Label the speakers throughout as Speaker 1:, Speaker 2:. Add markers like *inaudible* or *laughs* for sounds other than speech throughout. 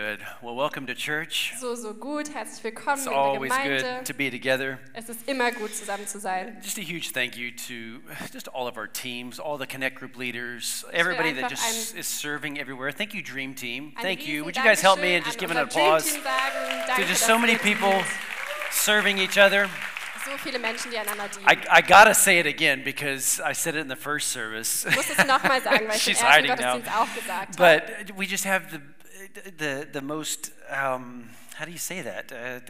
Speaker 1: good. Well, welcome to church.
Speaker 2: So, so gut. Herzlich willkommen
Speaker 1: It's
Speaker 2: in der
Speaker 1: always
Speaker 2: Gemeinde.
Speaker 1: good to be together.
Speaker 2: Es ist immer gut, zusammen zu sein.
Speaker 1: Just a huge thank you to just all of our teams, all the Connect Group leaders,
Speaker 2: will
Speaker 1: everybody that
Speaker 2: einfach
Speaker 1: just
Speaker 2: ein-
Speaker 1: is serving everywhere. Thank you, Dream Team.
Speaker 2: Ein
Speaker 1: Thank you.
Speaker 2: riesen
Speaker 1: Would you guys help me
Speaker 2: Dankeschön
Speaker 1: and just
Speaker 2: an
Speaker 1: give an
Speaker 2: unser Dreamteam
Speaker 1: applause
Speaker 2: sagen. Danke,
Speaker 1: to just
Speaker 2: dass
Speaker 1: so
Speaker 2: ihr
Speaker 1: many
Speaker 2: das
Speaker 1: people
Speaker 2: tut.
Speaker 1: serving each other?
Speaker 2: So viele Menschen, die einander dienen.
Speaker 1: I, I gotta say it again because I said it in the first service.
Speaker 2: ich muss
Speaker 1: *laughs*
Speaker 2: es nochmal sagen, weil ich
Speaker 1: She's
Speaker 2: es im ersten
Speaker 1: hiding now.
Speaker 2: Gottesdienst auch gesagt habe.
Speaker 1: But uh, we just have the the the most um, how do you say that uh,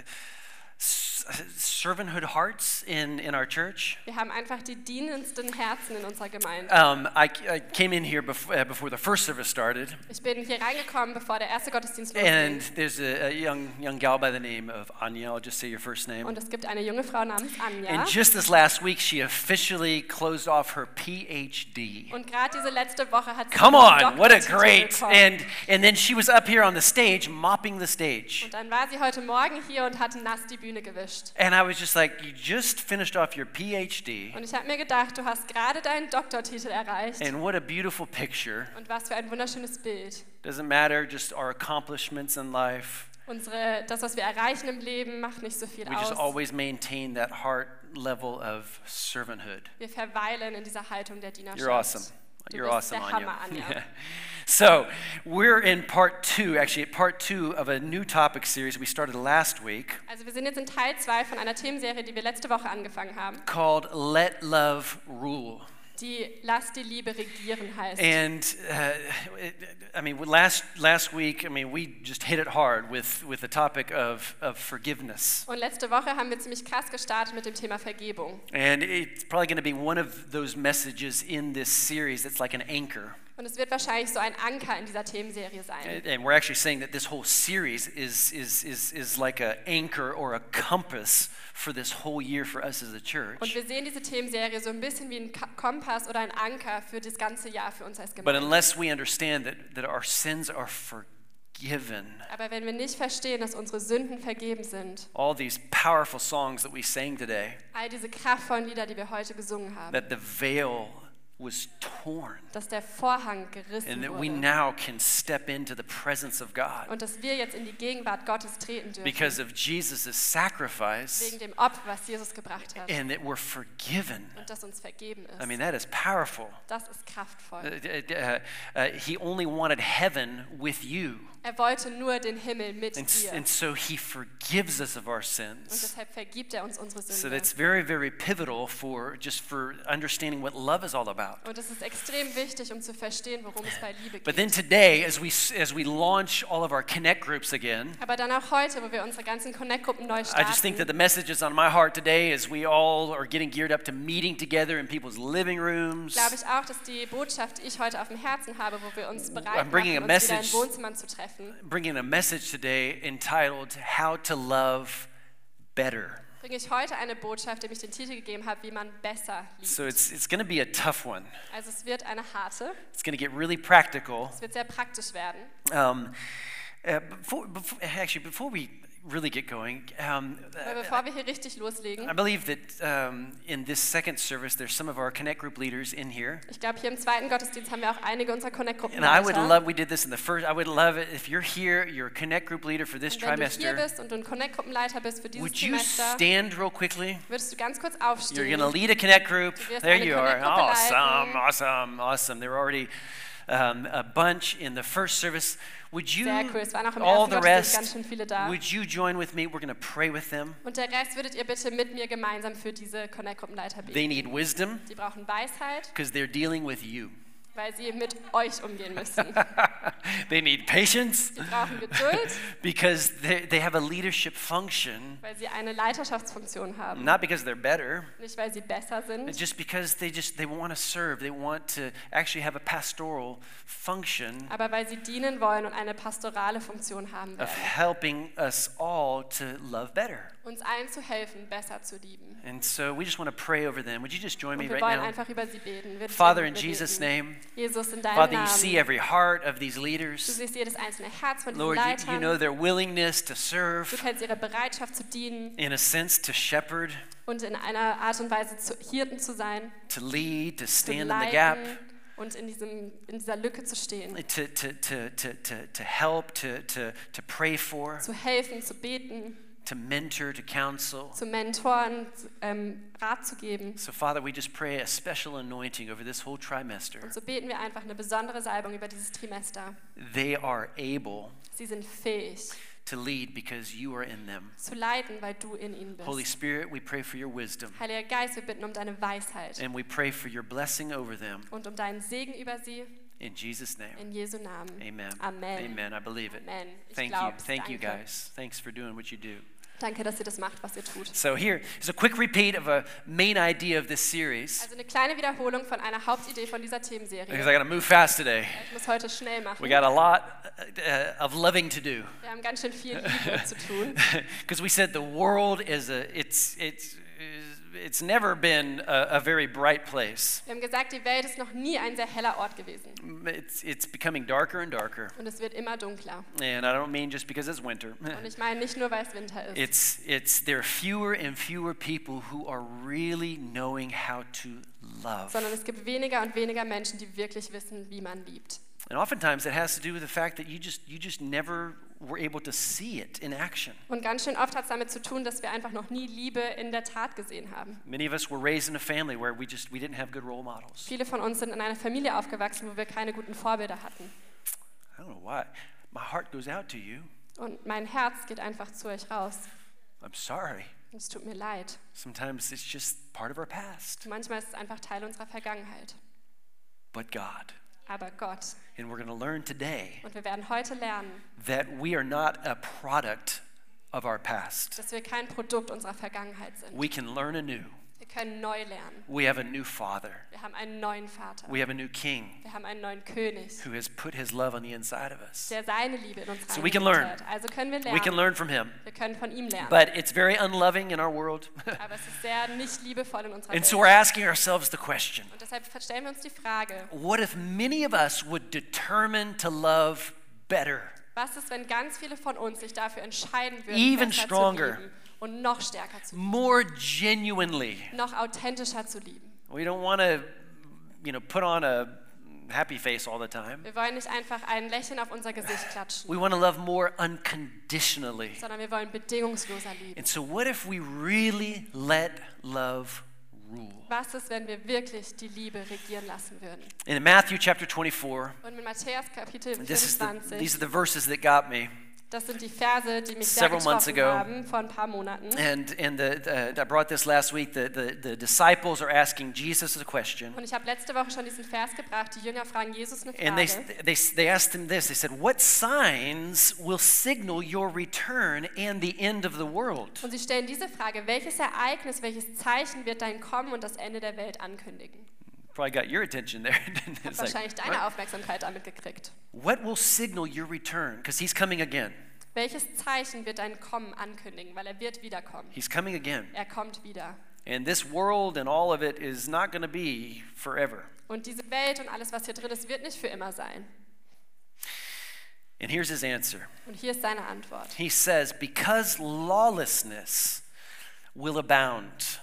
Speaker 1: s- servanthood hearts in in our church.
Speaker 2: Wir haben einfach die dienendsten Herzen in unserer Gemeinde.
Speaker 1: Um, I, I came in here before, uh, before the first service started,
Speaker 2: Ich bin hier reingekommen, bevor der erste Gottesdienst
Speaker 1: and
Speaker 2: losging.
Speaker 1: there's a, a young young gal by the name of Anya. I'll just say your first name.
Speaker 2: Und es gibt eine junge Frau namens Anja.
Speaker 1: And just this last week, she officially closed off her PhD.
Speaker 2: Und gerade diese letzte Woche hat sie
Speaker 1: Come
Speaker 2: ihren
Speaker 1: on, what a
Speaker 2: Doktortitel
Speaker 1: great!
Speaker 2: bekommen.
Speaker 1: And and then she was up here on the stage mopping the stage.
Speaker 2: und dann war sie heute Morgen hier und hat nass die Bühne gewischt.
Speaker 1: And I was just like, you just finished off your PhD,
Speaker 2: Und ich habe mir gedacht, du hast gerade deinen Doktortitel erreicht.
Speaker 1: and what a beautiful picture.
Speaker 2: Und was für ein wunderschönes Bild.
Speaker 1: Doesn't matter, just our accomplishments in life.
Speaker 2: Unsere, das, was wir erreichen im Leben, macht nicht so viel
Speaker 1: We just
Speaker 2: aus.
Speaker 1: always maintain that heart level of servanthood.
Speaker 2: Wir verweilen in dieser Haltung der Dienerschaft.
Speaker 1: You're awesome.
Speaker 2: Du
Speaker 1: You're
Speaker 2: bist
Speaker 1: awesome,
Speaker 2: der
Speaker 1: Anya.
Speaker 2: Hammer, Anja.
Speaker 1: *laughs* So, we're in part two, actually, part two of a new topic series we started last week
Speaker 2: Also wir sind jetzt in Teil 2 von einer Themenserie, die wir letzte Woche angefangen haben,
Speaker 1: called Let Love Rule.
Speaker 2: die Lass die Liebe regieren heißt.
Speaker 1: And uh, it- I mean, last, last week, I mean, we just hit it hard with, with the topic of, of forgiveness.
Speaker 2: Und letzte Woche haben wir ziemlich krass gestartet mit dem Thema Vergebung.
Speaker 1: And it's probably going to be one of those messages in this series that's like an anchor.
Speaker 2: Und es wird wahrscheinlich so ein Anker in dieser Themenserie sein.
Speaker 1: And we're actually saying that this whole series is, is, is, is like an anchor or a compass for this whole year for us as a
Speaker 2: Und
Speaker 1: church.
Speaker 2: wir sehen diese Themenserie so ein bisschen wie ein Ka- Kompass oder ein Anker für das ganze Jahr für uns als
Speaker 1: But
Speaker 2: Gemeinde.
Speaker 1: unless we understand that, that our sins are forgiven,
Speaker 2: Aber wenn wir nicht verstehen, dass unsere Sünden vergeben sind,
Speaker 1: all these powerful songs that we sang today,
Speaker 2: all diese kraftvollen Lieder, die wir heute gesungen haben,
Speaker 1: that the veil was torn,
Speaker 2: dass der Vorhang gerissen
Speaker 1: and that we
Speaker 2: wurde
Speaker 1: now can step into the presence of God
Speaker 2: und dass wir jetzt in die Gegenwart Gottes treten dürfen,
Speaker 1: because of Jesus' sacrifice.
Speaker 2: wegen dem Opfer, was Jesus gebracht hat
Speaker 1: and that we're forgiven.
Speaker 2: und das uns vergeben
Speaker 1: I mean,
Speaker 2: ist.
Speaker 1: that is powerful.
Speaker 2: Das ist
Speaker 1: Uh,
Speaker 2: kraftvoll.
Speaker 1: d- uh, uh, he only wanted heaven with you.
Speaker 2: Er wollte nur den Himmel mit
Speaker 1: And, s-
Speaker 2: dir
Speaker 1: and
Speaker 2: und
Speaker 1: so he forgives us of our sins.
Speaker 2: deshalb vergibt er uns unsere
Speaker 1: So
Speaker 2: Sünde.
Speaker 1: that's very, very pivotal for just for understanding what love is all about.
Speaker 2: Und es ist extrem wichtig, um zu verstehen, worum es bei Liebe
Speaker 1: But then
Speaker 2: geht.
Speaker 1: today, as we s- as we launch all of our connect groups again,
Speaker 2: Aber dann auch heute, wo wir unsere ganzen Connect-Gruppen neu
Speaker 1: I just think that
Speaker 2: starten,
Speaker 1: the message is on my heart today as we all are getting geared up to meeting together in people's living rooms.
Speaker 2: glaube ich auch, dass die Botschaft, die ich heute auf dem Herzen habe, wo wir uns bereit
Speaker 1: I'm bringing
Speaker 2: machen,
Speaker 1: a
Speaker 2: uns wieder
Speaker 1: message-
Speaker 2: in Wohnzimmern zu treffen,
Speaker 1: bringing a message today entitled How to Love Better.
Speaker 2: bringe ich heute eine Botschaft, dem ich den Titel gegeben habe, wie man besser liebt.
Speaker 1: So it's, it's going to be a tough one.
Speaker 2: Also es wird eine harte,
Speaker 1: It's going to get really practical.
Speaker 2: es wird sehr praktisch werden.
Speaker 1: Um, uh, before, before, actually, before we really get going, um,
Speaker 2: Aber
Speaker 1: uh,
Speaker 2: bevor wir hier richtig
Speaker 1: I
Speaker 2: loslegen,
Speaker 1: believe that um, in this second service, there's some of our Connect Group leaders in here.
Speaker 2: ich glaube, hier im zweiten Gottesdienst haben wir auch einige unserer Connect-Gruppen.
Speaker 1: And I would love, we did this in the first, I would love it if you're here, you're a Connect Group leader for this
Speaker 2: Und wenn du hier
Speaker 1: trimester.
Speaker 2: bist und du ein Connect-Gruppenleiter bist für dieses
Speaker 1: Would you
Speaker 2: Semester,
Speaker 1: stand real quickly?
Speaker 2: würdest du ganz kurz
Speaker 1: You're
Speaker 2: aufstehen.
Speaker 1: going to lead a connect group.
Speaker 2: wirst
Speaker 1: There
Speaker 2: eine
Speaker 1: you are.
Speaker 2: Connect-Gruppe
Speaker 1: Awesome,
Speaker 2: leiten.
Speaker 1: awesome, awesome. There were already um, a bunch in the first service. Would you,
Speaker 2: Sehr cool. Es waren auch im
Speaker 1: all
Speaker 2: ersten
Speaker 1: the
Speaker 2: Gottesdienst ganz
Speaker 1: rest,
Speaker 2: schön viele da.
Speaker 1: would you join with me? We're going to pray with them.
Speaker 2: Und der Rest würdet ihr bitte mit mir gemeinsam für diese Connect-Gruppenleiter beten.
Speaker 1: They need wisdom
Speaker 2: Die brauchen Weisheit,
Speaker 1: because they're dealing with you. *laughs*
Speaker 2: weil sie mit euch umgehen müssen.
Speaker 1: they need patience
Speaker 2: Sie brauchen Geduld,
Speaker 1: *laughs* because they, they have a leadership function,
Speaker 2: weil sie eine Leiterschaftsfunktion haben.
Speaker 1: not because they're better.
Speaker 2: Nicht, weil sie besser
Speaker 1: but
Speaker 2: sind,
Speaker 1: Just because they just they want to serve, they want to actually have a pastoral function
Speaker 2: aber weil sie dienen wollen und eine pastorale Funktion haben
Speaker 1: of
Speaker 2: werden.
Speaker 1: helping us all to love better.
Speaker 2: Uns allen zu helfen, besser zu lieben.
Speaker 1: And so we just want to pray over them. Would you just join me
Speaker 2: Und wir
Speaker 1: right
Speaker 2: wollen
Speaker 1: now?
Speaker 2: einfach über sie beten. Wir
Speaker 1: Father, in
Speaker 2: beten, wir
Speaker 1: Jesus'
Speaker 2: beten.
Speaker 1: name,
Speaker 2: Jesus, in deinem
Speaker 1: Father, you see
Speaker 2: Namen.
Speaker 1: every heart of these
Speaker 2: Du
Speaker 1: leaders.
Speaker 2: siehst jedes einzelne Herz von diesen
Speaker 1: Lord, you,
Speaker 2: Leitern.
Speaker 1: you know their willingness to
Speaker 2: du
Speaker 1: serve,
Speaker 2: kennst ihre Bereitschaft zu dienen
Speaker 1: in a sense, to shepherd,
Speaker 2: und in einer Art und Weise zu Hirten zu sein,
Speaker 1: to lead, to
Speaker 2: zu
Speaker 1: stand in the gap.
Speaker 2: leiten und in, diesem, in dieser Lücke zu stehen,
Speaker 1: to, to, to, to, to, to help, to, to, to pray for,
Speaker 2: zu helfen, zu beten,
Speaker 1: to mentor, to counsel.
Speaker 2: zu mentoren, zu- ähm, Rat zu geben.
Speaker 1: So, Father, we just pray a special anointing over this whole
Speaker 2: Und
Speaker 1: trimester.
Speaker 2: so beten wir einfach eine besondere Salbung über dieses Trimester.
Speaker 1: They are able
Speaker 2: Sie sind fähig
Speaker 1: to lead because you are in them.
Speaker 2: zu leiten, weil du in ihnen
Speaker 1: Holy
Speaker 2: bist.
Speaker 1: Spirit, we pray for your wisdom
Speaker 2: Heiliger Geist, wir bitten um deine Weisheit
Speaker 1: and we pray for your blessing over them.
Speaker 2: und um deinen Segen über sie
Speaker 1: In Jesus' name,
Speaker 2: in Jesu Namen.
Speaker 1: amen.
Speaker 2: Amen.
Speaker 1: Amen. I believe it.
Speaker 2: Amen. Ich
Speaker 1: Thank you.
Speaker 2: glaub's.
Speaker 1: Thank you,
Speaker 2: Danke.
Speaker 1: guys. Thanks for doing what you do.
Speaker 2: Danke, dass ihr das macht, was ihr tut.
Speaker 1: So, here is a quick repeat of a main idea of this series
Speaker 2: Also eine kleine Wiederholung von einer Hauptidee von dieser
Speaker 1: because
Speaker 2: Themenserie.
Speaker 1: I got to move fast today.
Speaker 2: Ich muss heute schnell machen.
Speaker 1: We got a lot uh, of loving to do
Speaker 2: Wir haben ganz schön viel Liebe zu tun.
Speaker 1: *laughs* because we said the world is a it's it's it's never been a, a very bright place.
Speaker 2: Wir haben gesagt, die Welt ist noch nie ein sehr heller Ort gewesen.
Speaker 1: It's it's becoming darker and darker,
Speaker 2: Und es wird immer dunkler.
Speaker 1: and I don't mean just because it's winter. *laughs*
Speaker 2: Und ich meine nicht nur, weil es Winter ist.
Speaker 1: It's it's there are fewer and fewer people who are really knowing how to love,
Speaker 2: sondern es gibt weniger und weniger Menschen, die wirklich wissen, wie man liebt.
Speaker 1: and oftentimes it has to do with the fact that you just you just never were able to see it in action.
Speaker 2: Und ganz schön oft hat es damit zu tun, dass wir einfach noch nie Liebe in der Tat gesehen haben.
Speaker 1: Many of us were raised in a family where we just we didn't have good role models.
Speaker 2: Viele von uns sind in einer Familie aufgewachsen, wo wir keine guten Vorbilder hatten.
Speaker 1: I don't know why. My heart goes out to you.
Speaker 2: Und mein Herz geht einfach zu euch raus.
Speaker 1: I'm sorry.
Speaker 2: Und es tut mir leid.
Speaker 1: Sometimes it's just part of our past.
Speaker 2: Manchmal ist es einfach Teil unserer Vergangenheit.
Speaker 1: But God.
Speaker 2: Aber Gott.
Speaker 1: And we're going to learn today
Speaker 2: Und wir werden heute lernen,
Speaker 1: that we are not a product of our past.
Speaker 2: dass wir kein Produkt unserer Vergangenheit sind.
Speaker 1: We can learn anew.
Speaker 2: Wir können neu lernen.
Speaker 1: We have a new father.
Speaker 2: Wir haben einen neuen Vater.
Speaker 1: We have a new king
Speaker 2: Wir haben einen neuen König,
Speaker 1: who has put his love on the inside of us.
Speaker 2: der seine Liebe in uns
Speaker 1: So we can
Speaker 2: reingelegt hat. Also können wir
Speaker 1: We can
Speaker 2: lernen.
Speaker 1: learn from him.
Speaker 2: Wir können von ihm lernen.
Speaker 1: But it's very unloving in our world. *laughs*
Speaker 2: Aber es ist sehr nicht liebevoll in unserer
Speaker 1: and
Speaker 2: Welt.
Speaker 1: so we're asking ourselves the question
Speaker 2: Und deshalb stellen wir uns die Frage,
Speaker 1: what if many of us would determine to love better?
Speaker 2: was ist, wenn ganz viele von uns sich dafür entscheiden würden,
Speaker 1: Even
Speaker 2: besser
Speaker 1: stronger.
Speaker 2: zu lieben und noch stärker zu lieben,
Speaker 1: more genuinely.
Speaker 2: noch authentischer zu lieben.
Speaker 1: We don't want to, you know, put on a happy face all the time.
Speaker 2: Wir wollen nicht einfach ein Lächeln auf unser Gesicht klatschen,
Speaker 1: We want to love more unconditionally.
Speaker 2: sondern wir wollen bedingungsloser lieben.
Speaker 1: And so, what if we really let love rule?
Speaker 2: Was ist, wenn wir wirklich die Liebe regieren lassen würden?
Speaker 1: In Matthew chapter 24,
Speaker 2: Und mit Matthäus Kapitel
Speaker 1: this is the,
Speaker 2: 24,
Speaker 1: these are the verses that got me.
Speaker 2: das sind die Verse, die mich sehr
Speaker 1: Several months
Speaker 2: getroffen
Speaker 1: ago.
Speaker 2: haben vor ein paar Monaten.
Speaker 1: And, and the, the, I brought this last week. The, the, the disciples are asking Jesus a question.
Speaker 2: Und ich habe letzte Woche schon diesen Vers gebracht, die Jünger fragen Jesus eine
Speaker 1: And they,
Speaker 2: Frage.
Speaker 1: they, they asked him this. They said, What signs will signal your return and the end of the world?
Speaker 2: Und sie stellen diese Frage, welches Ereignis, welches Zeichen wird dein Kommen und das Ende der Welt ankündigen?
Speaker 1: probably got your attention there. *laughs* didn't it?
Speaker 2: Hat
Speaker 1: It's like,
Speaker 2: wahrscheinlich
Speaker 1: what?
Speaker 2: deine Aufmerksamkeit damit gekriegt.
Speaker 1: What will signal your return? Because he's coming again.
Speaker 2: Welches Zeichen wird dein Kommen ankündigen? Weil er wird wiederkommen.
Speaker 1: He's coming again.
Speaker 2: Er kommt wieder.
Speaker 1: And this world and all of it is not going to be forever.
Speaker 2: Und diese Welt und alles, was hier drin ist, wird nicht für immer sein.
Speaker 1: And here's his answer
Speaker 2: Und hier ist seine Antwort.
Speaker 1: He says, Because lawlessness will abound.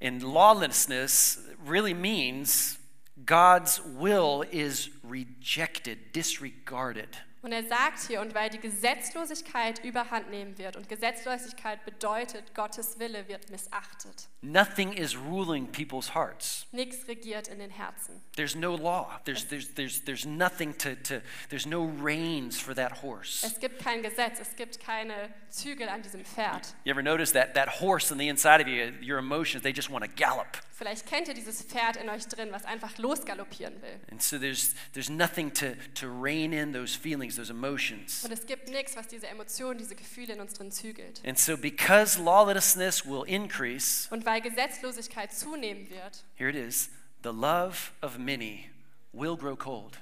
Speaker 1: And lawlessness really means God's will is rejected, disregarded.
Speaker 2: Und er sagt hier, und weil die Gesetzlosigkeit überhand nehmen wird, und Gesetzlosigkeit bedeutet, Gottes Wille wird missachtet.
Speaker 1: Nothing is ruling people's hearts.
Speaker 2: Nichts regiert in den Herzen.
Speaker 1: There's no law. There's, there's, there's, there's nothing to, to, there's no reins for that horse.
Speaker 2: Es gibt kein Gesetz, es gibt keine Zügel an diesem Pferd.
Speaker 1: You ever notice that, that horse on the inside of you, your emotions, they just want to gallop.
Speaker 2: Vielleicht kennt ihr dieses Pferd in euch drin, was einfach losgaloppieren will.
Speaker 1: And so there's, there's nothing to, to rein in those feelings, those emotions.
Speaker 2: Und es gibt nichts, was diese Emotionen, diese Gefühle in uns drin zügelt.
Speaker 1: And so because lawlessness will increase,
Speaker 2: Und weil Gesetzlosigkeit zunehmen wird,
Speaker 1: here it is, the love of many will grow cold.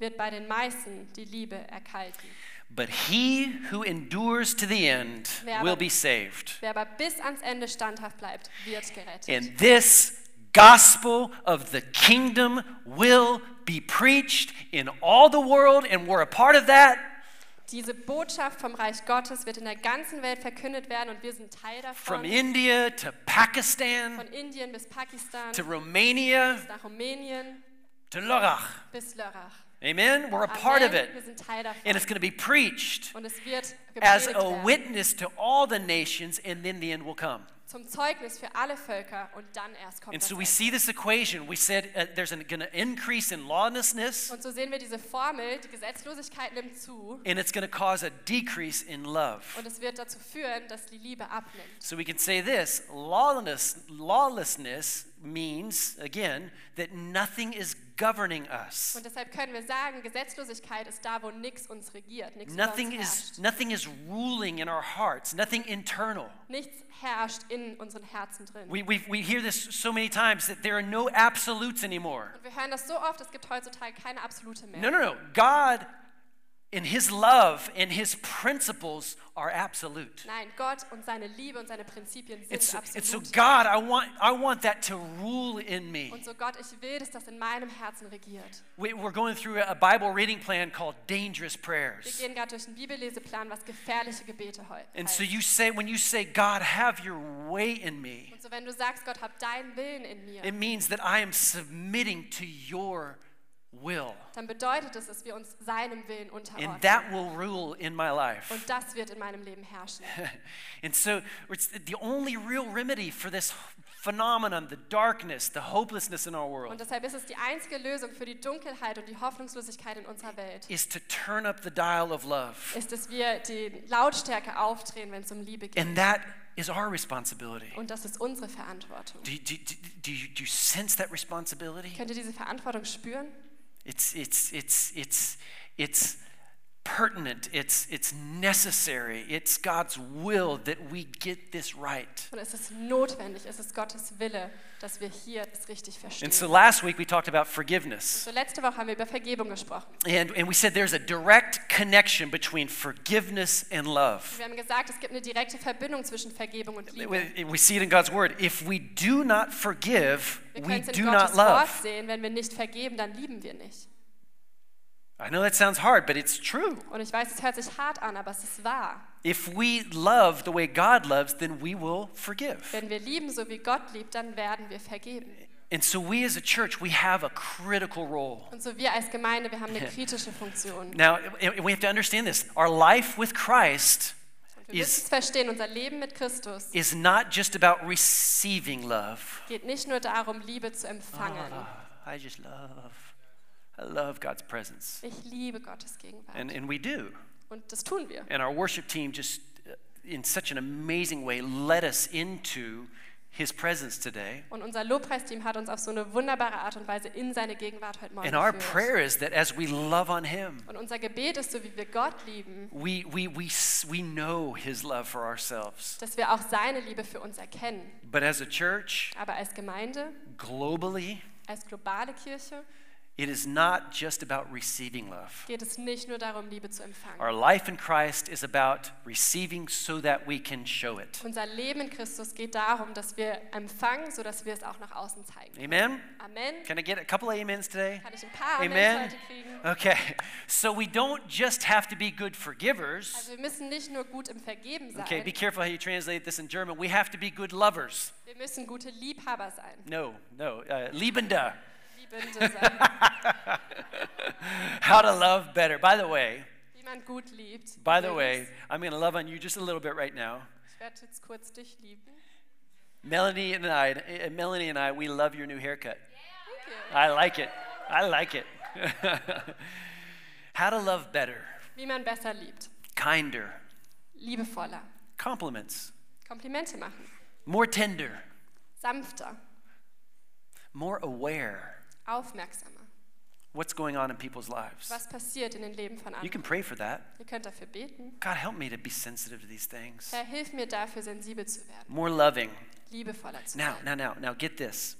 Speaker 2: wird bei den meisten die Liebe erkalten.
Speaker 1: But he who endures to the end
Speaker 2: Wer aber-
Speaker 1: will be saved.
Speaker 2: Wer aber bis ans Ende standhaft bleibt, wird gerettet.
Speaker 1: And this gospel of the kingdom will be preached in all the world, and we're a part of that
Speaker 2: Diese Botschaft vom Reich Gottes wird in der ganzen Welt verkündet werden und wir sind Teil
Speaker 1: from
Speaker 2: davon.
Speaker 1: India to Pakistan
Speaker 2: Von Indien bis Pakistan,
Speaker 1: to Romania
Speaker 2: bis nach Rumänien,
Speaker 1: to Lorach.
Speaker 2: bis Lörrach.
Speaker 1: Amen? We're a part of it.
Speaker 2: Amen. Wir sind Teil
Speaker 1: And it's going
Speaker 2: davon.
Speaker 1: to be preached
Speaker 2: Und es wird
Speaker 1: as
Speaker 2: gepredigt
Speaker 1: a
Speaker 2: werden
Speaker 1: witness to all the nations, and then the end will come.
Speaker 2: zum Zeugnis für alle Völker und dann erst kommt
Speaker 1: And
Speaker 2: das
Speaker 1: so we
Speaker 2: Ende.
Speaker 1: see this equation. We said uh, there's going to increase in lawlessness,
Speaker 2: Und so sehen wir diese Formel, die Gesetzlosigkeit nimmt zu
Speaker 1: and it's going to cause a decrease in love.
Speaker 2: und es wird dazu führen, dass die Liebe abnimmt.
Speaker 1: So we can say this lawlessness, lawlessness means, again, that nothing is governing us.
Speaker 2: Und deshalb können wir sagen, Gesetzlosigkeit ist da, wo nichts uns regiert, nichts über
Speaker 1: Nothing
Speaker 2: uns
Speaker 1: is,
Speaker 2: herrscht.
Speaker 1: nothing is ruling in our hearts, nothing internal.
Speaker 2: Nichts herrscht in unseren Herzen drin.
Speaker 1: We, we, we hear this so many times that there are no absolutes anymore.
Speaker 2: Und wir hören das so oft, es gibt heutzutage keine absolute mehr.
Speaker 1: No, no, no. God in His love and His principles are absolute.
Speaker 2: Nein, Gott und seine Liebe und seine Prinzipien sind
Speaker 1: And so, and so,
Speaker 2: absolut.
Speaker 1: God, I want, I want that to rule in me.
Speaker 2: Und so Gott, ich will, dass das in meinem Herzen regiert.
Speaker 1: We, we're going through a Bible reading plan called Dangerous
Speaker 2: Wir
Speaker 1: Prayers.
Speaker 2: gehen gerade durch einen Bibelleseplan, was gefährliche Gebete heute.
Speaker 1: And so you say, when you say, God, have your way in me,
Speaker 2: Und so wenn du sagst, Gott, hab deinen Willen in mir,
Speaker 1: it means that I am submitting to your will.
Speaker 2: dann bedeutet es, dass wir uns seinem Willen
Speaker 1: And
Speaker 2: unterordnen.
Speaker 1: that will rule in my *laughs* life.
Speaker 2: Und das wird in meinem Leben herrschen.
Speaker 1: and so it's the only real remedy for this phenomenon, the darkness, the hopelessness in our
Speaker 2: Und
Speaker 1: world,
Speaker 2: deshalb ist es die einzige Lösung für die Dunkelheit und die Hoffnungslosigkeit in unserer Welt,
Speaker 1: is to turn up the dial of love.
Speaker 2: ist, dass wir die Lautstärke aufdrehen, wenn es um Liebe geht.
Speaker 1: And that is our responsibility.
Speaker 2: Und das ist unsere Verantwortung.
Speaker 1: Do you, do, do, do you, do you sense that responsibility?
Speaker 2: Könnt ihr diese Verantwortung spüren?
Speaker 1: It's, it's, it's, it's, it's pertinent, it's, it's necessary, it's God's will that we get this right.
Speaker 2: Und es ist notwendig, es ist Gottes Wille, dass wir hier es richtig verstehen.
Speaker 1: And so last week we talked about forgiveness.
Speaker 2: So letzte Woche haben wir über Vergebung gesprochen.
Speaker 1: And, and we said there's a direct connection between forgiveness and love.
Speaker 2: Wir haben gesagt, es gibt eine direkte Verbindung zwischen Vergebung und Liebe.
Speaker 1: We, we see it in God's word. If we do not forgive,
Speaker 2: Wir
Speaker 1: we
Speaker 2: können es in
Speaker 1: do
Speaker 2: Gottes
Speaker 1: not
Speaker 2: Wort
Speaker 1: love.
Speaker 2: sehen, wenn wir nicht vergeben, dann lieben wir nicht.
Speaker 1: I know that sounds hard, but it's true.
Speaker 2: Und ich weiß, es hört sich hart an, aber es ist wahr.
Speaker 1: If we love the way God loves, then we will forgive.
Speaker 2: Wenn wir lieben, so wie Gott liebt, dann werden wir vergeben.
Speaker 1: And so we as a church, we have a critical role.
Speaker 2: Und so wir als Gemeinde, wir haben eine kritische Funktion.
Speaker 1: Now, and we have to understand this. Our life with Christ
Speaker 2: Und wir müssen
Speaker 1: is,
Speaker 2: es verstehen, unser Leben mit Christus
Speaker 1: is not just about receiving love.
Speaker 2: geht nicht nur darum, Liebe zu empfangen.
Speaker 1: Ah, I just love. I love God's presence.
Speaker 2: Ich liebe Gottes Gegenwart.
Speaker 1: And, and we do.
Speaker 2: Und das tun wir.
Speaker 1: And our worship team just, uh, in such an amazing way, led us into his presence today.
Speaker 2: Und unser Lobpreisteam hat uns auf so eine wunderbare Art und Weise in seine Gegenwart heute Morgen
Speaker 1: And our
Speaker 2: geführt.
Speaker 1: prayer is that as we love on him,
Speaker 2: Und unser Gebet ist, so wie wir Gott lieben,
Speaker 1: we, we, we, s- we know his love for ourselves.
Speaker 2: dass wir auch seine Liebe für uns erkennen.
Speaker 1: But as a church,
Speaker 2: Aber als Gemeinde,
Speaker 1: globally,
Speaker 2: als globale Kirche,
Speaker 1: it is not just about receiving love.
Speaker 2: geht es nicht nur darum, Liebe zu empfangen.
Speaker 1: Our life in Christ is about receiving so that we can show it.
Speaker 2: Unser Leben in Christus geht darum, dass wir empfangen, sodass wir es auch nach außen zeigen.
Speaker 1: Amen?
Speaker 2: Amen.
Speaker 1: Can I get a couple of amens today?
Speaker 2: Kann ich ein paar Amens
Speaker 1: Amen. Äh,
Speaker 2: heute kriegen?
Speaker 1: Okay. So we don't just have to be good forgivers.
Speaker 2: Also wir müssen nicht nur gut im Vergeben sein,
Speaker 1: Okay, be careful how you translate this in German. We have to be good lovers.
Speaker 2: wir müssen gute Liebhaber sein,
Speaker 1: No, no, uh, Liebende. *laughs*
Speaker 2: Liebende sein,
Speaker 1: How to love better. By the way,
Speaker 2: wie man gut liebt.
Speaker 1: by the way,
Speaker 2: Übrigens,
Speaker 1: I'm going to love on you just a little bit right now.
Speaker 2: Ich werde jetzt kurz dich lieben.
Speaker 1: Melanie and I, uh, Melanie and I, we love your new haircut.
Speaker 2: Okay.
Speaker 1: I like it. I like it. *laughs* how to love better,
Speaker 2: Wie man besser liebt,
Speaker 1: kinder,
Speaker 2: liebevoller,
Speaker 1: compliments,
Speaker 2: Komplimente machen,
Speaker 1: more tender,
Speaker 2: sanfter,
Speaker 1: more aware.
Speaker 2: aufmerksamer.
Speaker 1: What's going on in people's lives?
Speaker 2: Was passiert in den Leben von
Speaker 1: You
Speaker 2: anderen?
Speaker 1: can pray for that.
Speaker 2: Ihr könnt dafür beten.
Speaker 1: God, help me to be sensitive to these things.
Speaker 2: Herr, hilf mir dafür, sensibel zu werden,
Speaker 1: More loving.
Speaker 2: liebevoller zu
Speaker 1: Now,
Speaker 2: sein.
Speaker 1: now, now, now, get this.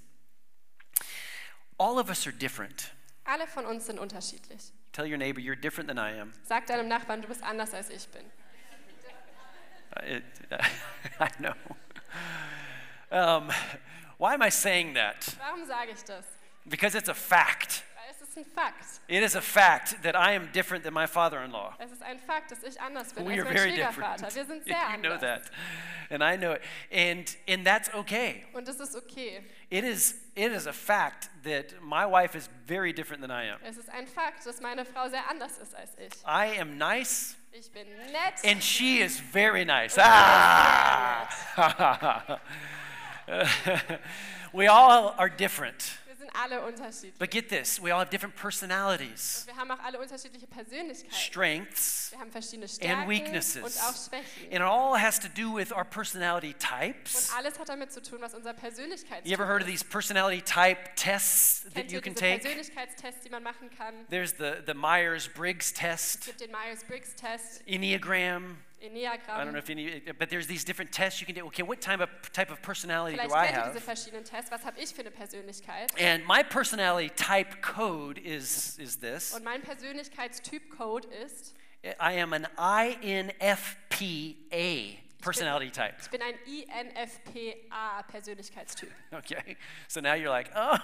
Speaker 1: All of us are different.
Speaker 2: Alle von uns sind unterschiedlich.
Speaker 1: Tell your neighbor you're different than I am.
Speaker 2: Sag deinem Nachbarn, du bist anders als ich bin.
Speaker 1: Uh, it- *laughs* I know. Um, why am I saying that?
Speaker 2: Warum sage ich das?
Speaker 1: Because it's a fact.
Speaker 2: Weil es ist ist ein Fakt.
Speaker 1: It is a fact that I am different than my father in law.
Speaker 2: Es ist ein Fakt, dass ich anders bin
Speaker 1: We
Speaker 2: als
Speaker 1: are
Speaker 2: mein
Speaker 1: very
Speaker 2: Schwiegervater.
Speaker 1: different.
Speaker 2: Wir sind sehr
Speaker 1: *laughs* you know
Speaker 2: anders.
Speaker 1: that. And I know it. And, and that's okay.
Speaker 2: Und das ist okay.
Speaker 1: It is, it is a fact that my wife is very different than I am.
Speaker 2: Es ist ein Fakt, dass meine Frau sehr anders ist als ich.
Speaker 1: I am nice,
Speaker 2: Ich bin nett.
Speaker 1: and she is very nice. Ah! *laughs* we all are different.
Speaker 2: wir sind alle unterschiedlich.
Speaker 1: But get this we all have different personalities,
Speaker 2: Wir haben auch alle unterschiedliche Persönlichkeiten.
Speaker 1: strengths,
Speaker 2: Wir haben verschiedene Stärken
Speaker 1: weaknesses.
Speaker 2: und auch Schwächen.
Speaker 1: and it all has to do with our personality
Speaker 2: Und
Speaker 1: types.
Speaker 2: alles hat damit zu tun, was unser Persönlichkeitstyp
Speaker 1: You ever heard of
Speaker 2: ist.
Speaker 1: these personality type tests that
Speaker 2: Kennt
Speaker 1: you
Speaker 2: ihr
Speaker 1: can
Speaker 2: diese
Speaker 1: take?
Speaker 2: Persönlichkeitstests, die man machen kann?
Speaker 1: There's the, the Myers Briggs
Speaker 2: Es
Speaker 1: test,
Speaker 2: gibt den Myers-Briggs-Test,
Speaker 1: Enneagram. I don't know
Speaker 2: Enneagramm.
Speaker 1: if any, but there's these different tests you can do. Okay, what type of type of personality
Speaker 2: Vielleicht
Speaker 1: do I
Speaker 2: kennt ihr diese
Speaker 1: have?
Speaker 2: verschiedenen Tests. Was habe ich für eine Persönlichkeit?
Speaker 1: And my personality type code is is this.
Speaker 2: Und mein Persönlichkeitstyp-Code ist,
Speaker 1: I am an INFPA personality type.
Speaker 2: ich bin ein INFPA-Persönlichkeitstyp.
Speaker 1: *laughs* Okay, so now you're like, oh,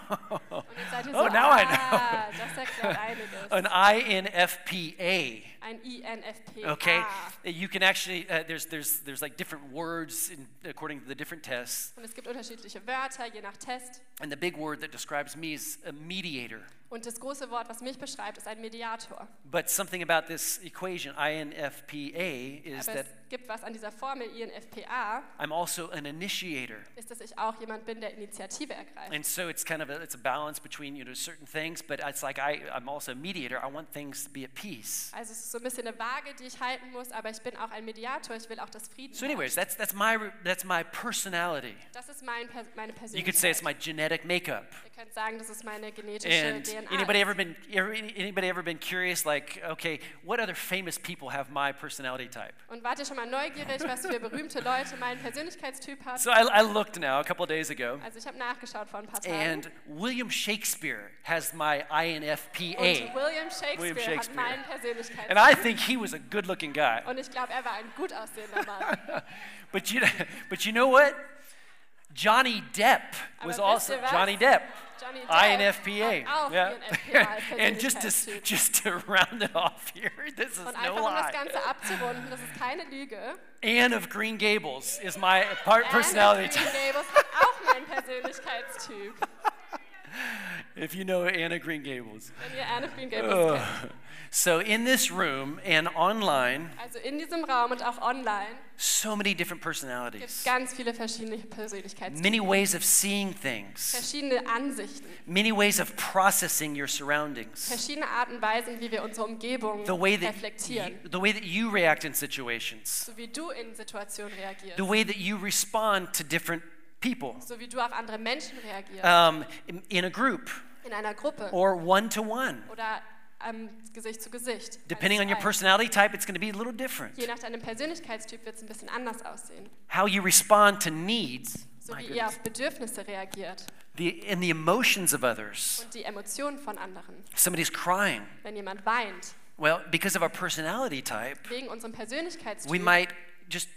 Speaker 2: Und jetzt seid ihr
Speaker 1: oh,
Speaker 2: so,
Speaker 1: now
Speaker 2: ah,
Speaker 1: I know.
Speaker 2: das
Speaker 1: *laughs*
Speaker 2: erklärt einiges.
Speaker 1: An INFPA.
Speaker 2: Ein INFPA.
Speaker 1: Okay, you can actually uh, there's there's there's like different words in, according to the different tests,
Speaker 2: Und es gibt unterschiedliche Wörter, je nach Test.
Speaker 1: and the big word that describes me is a mediator.
Speaker 2: Und das große Wort, was mich beschreibt, ist ein Mediator.
Speaker 1: But something about this equation, INFPA, is
Speaker 2: Aber
Speaker 1: that
Speaker 2: es gibt was an dieser Formel INFPA,
Speaker 1: I'm also an initiator.
Speaker 2: ist, dass ich auch jemand bin, der Initiative ergreift.
Speaker 1: And so it's kind of a, it's a balance between you know certain things, but it's like I, I'm also a mediator. I want things to be at peace.
Speaker 2: Also es ist so ein bisschen eine Waage, die ich halten muss, aber ich bin auch ein Mediator, ich will auch das Frieden.
Speaker 1: So, anyways, that's that's my re- that's my personality.
Speaker 2: Das ist mein, Pers- meine Persönlichkeit.
Speaker 1: You could say it's my genetic makeup.
Speaker 2: Ihr könnt sagen, das ist meine genetische
Speaker 1: And
Speaker 2: DNA.
Speaker 1: anybody ever been ever- anybody ever been curious like okay, what other famous people have my personality type?
Speaker 2: Und wart ihr schon mal neugierig, was für berühmte Leute meinen Persönlichkeitstyp hat?
Speaker 1: So I, I looked now a couple days ago,
Speaker 2: Also ich habe nachgeschaut vor ein paar Tagen.
Speaker 1: and William Shakespeare has my
Speaker 2: und
Speaker 1: INFPA,
Speaker 2: Oh, William Shakespeare,
Speaker 1: William
Speaker 2: hat
Speaker 1: Shakespeare.
Speaker 2: meinen
Speaker 1: and I
Speaker 2: Persönlichkeitstyp.
Speaker 1: think he was a good-looking guy.
Speaker 2: Und ich glaube, er war ein gut aussehender
Speaker 1: *laughs*
Speaker 2: Mann.
Speaker 1: But you *laughs* but you know what? Johnny Depp was
Speaker 2: wisst ihr
Speaker 1: also
Speaker 2: was?
Speaker 1: Johnny Depp.
Speaker 2: Johnny Depp
Speaker 1: INFPA.
Speaker 2: hat auch
Speaker 1: yeah. *laughs*
Speaker 2: INFPA
Speaker 1: and just to,
Speaker 2: Persönlichkeitstyp.
Speaker 1: just to *laughs* round it off here, this is
Speaker 2: Und
Speaker 1: no
Speaker 2: einfach um das
Speaker 1: lie.
Speaker 2: Ganze abzurunden, das ist keine Lüge.
Speaker 1: Anne of Green Gables is my part
Speaker 2: Anne
Speaker 1: personality
Speaker 2: Green
Speaker 1: type. *laughs*
Speaker 2: Gables hat auch meinen Persönlichkeitstyp.
Speaker 1: If you know Anna Green Gables.
Speaker 2: Wenn ihr Anne of Green Gables kennt.
Speaker 1: So in this room and online,
Speaker 2: Also in diesem Raum und auch online
Speaker 1: so many different
Speaker 2: gibt es
Speaker 1: personalities,
Speaker 2: ganz viele verschiedene Persönlichkeitstypen.
Speaker 1: many ways of seeing things,
Speaker 2: Verschiedene Ansichten,
Speaker 1: many ways of processing your surroundings.
Speaker 2: verschiedene Arten und Weisen, wie wir unsere Umgebung
Speaker 1: the way that
Speaker 2: reflektieren.
Speaker 1: you, the way that you react in situations,
Speaker 2: So wie du in Situationen reagierst.
Speaker 1: the way that you respond to different people
Speaker 2: so wie du auf andere Menschen reagierst.
Speaker 1: um, in, in a group
Speaker 2: in einer Gruppe.
Speaker 1: or one to one.
Speaker 2: oder ähm, Gesicht zu Gesicht.
Speaker 1: Depending on
Speaker 2: eins
Speaker 1: your
Speaker 2: zu eins.
Speaker 1: personality type, it's going to be a little different.
Speaker 2: Je nach deinem Persönlichkeitstyp wird es ein bisschen anders aussehen.
Speaker 1: How you respond to needs,
Speaker 2: So
Speaker 1: my
Speaker 2: wie ihr
Speaker 1: goodness,
Speaker 2: auf Bedürfnisse reagiert
Speaker 1: the, and the emotions of others.
Speaker 2: und die Emotionen von anderen.
Speaker 1: If somebody's crying,
Speaker 2: Wenn jemand weint,
Speaker 1: well, because of our personality type,
Speaker 2: wegen unserem Persönlichkeitstyp,
Speaker 1: we might just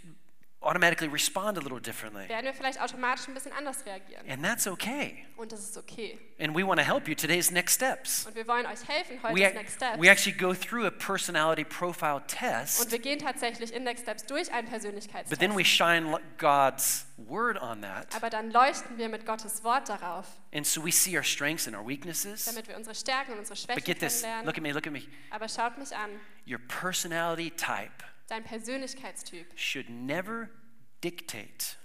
Speaker 1: automatically respond a little differently.
Speaker 2: werden wir vielleicht automatisch ein bisschen anders reagieren.
Speaker 1: And that's okay.
Speaker 2: Und das ist okay.
Speaker 1: And we want to help you. Today's next steps.
Speaker 2: Und wir wollen euch helfen heute
Speaker 1: we,
Speaker 2: ist
Speaker 1: ac-
Speaker 2: Next Steps.
Speaker 1: we actually go through a personality profile
Speaker 2: und
Speaker 1: test,
Speaker 2: wir gehen tatsächlich in Next Steps durch einen
Speaker 1: but then we
Speaker 2: Persönlichkeitstest.
Speaker 1: shine lo- God's word on that.
Speaker 2: Aber dann leuchten wir mit Gottes Wort darauf,
Speaker 1: And so we see our strengths and our weaknesses.
Speaker 2: damit wir unsere Stärken und unsere Schwächen
Speaker 1: But get this
Speaker 2: kennenlernen.
Speaker 1: look at me, look at me.
Speaker 2: Aber schaut mich an,
Speaker 1: Your personality type
Speaker 2: dein Persönlichkeitstyp
Speaker 1: should never dictate,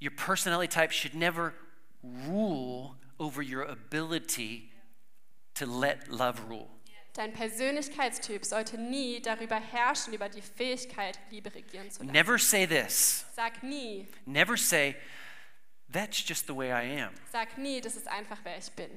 Speaker 1: your personality type should never rule over your ability to let love rule.
Speaker 2: Dein Persönlichkeitstyp sollte nie darüber herrschen, über die Fähigkeit, Liebe regieren zu lassen.
Speaker 1: Never say this.
Speaker 2: Sag nie,
Speaker 1: Never say, that's just the way I am.
Speaker 2: sag nie, das ist einfach, wer ich bin.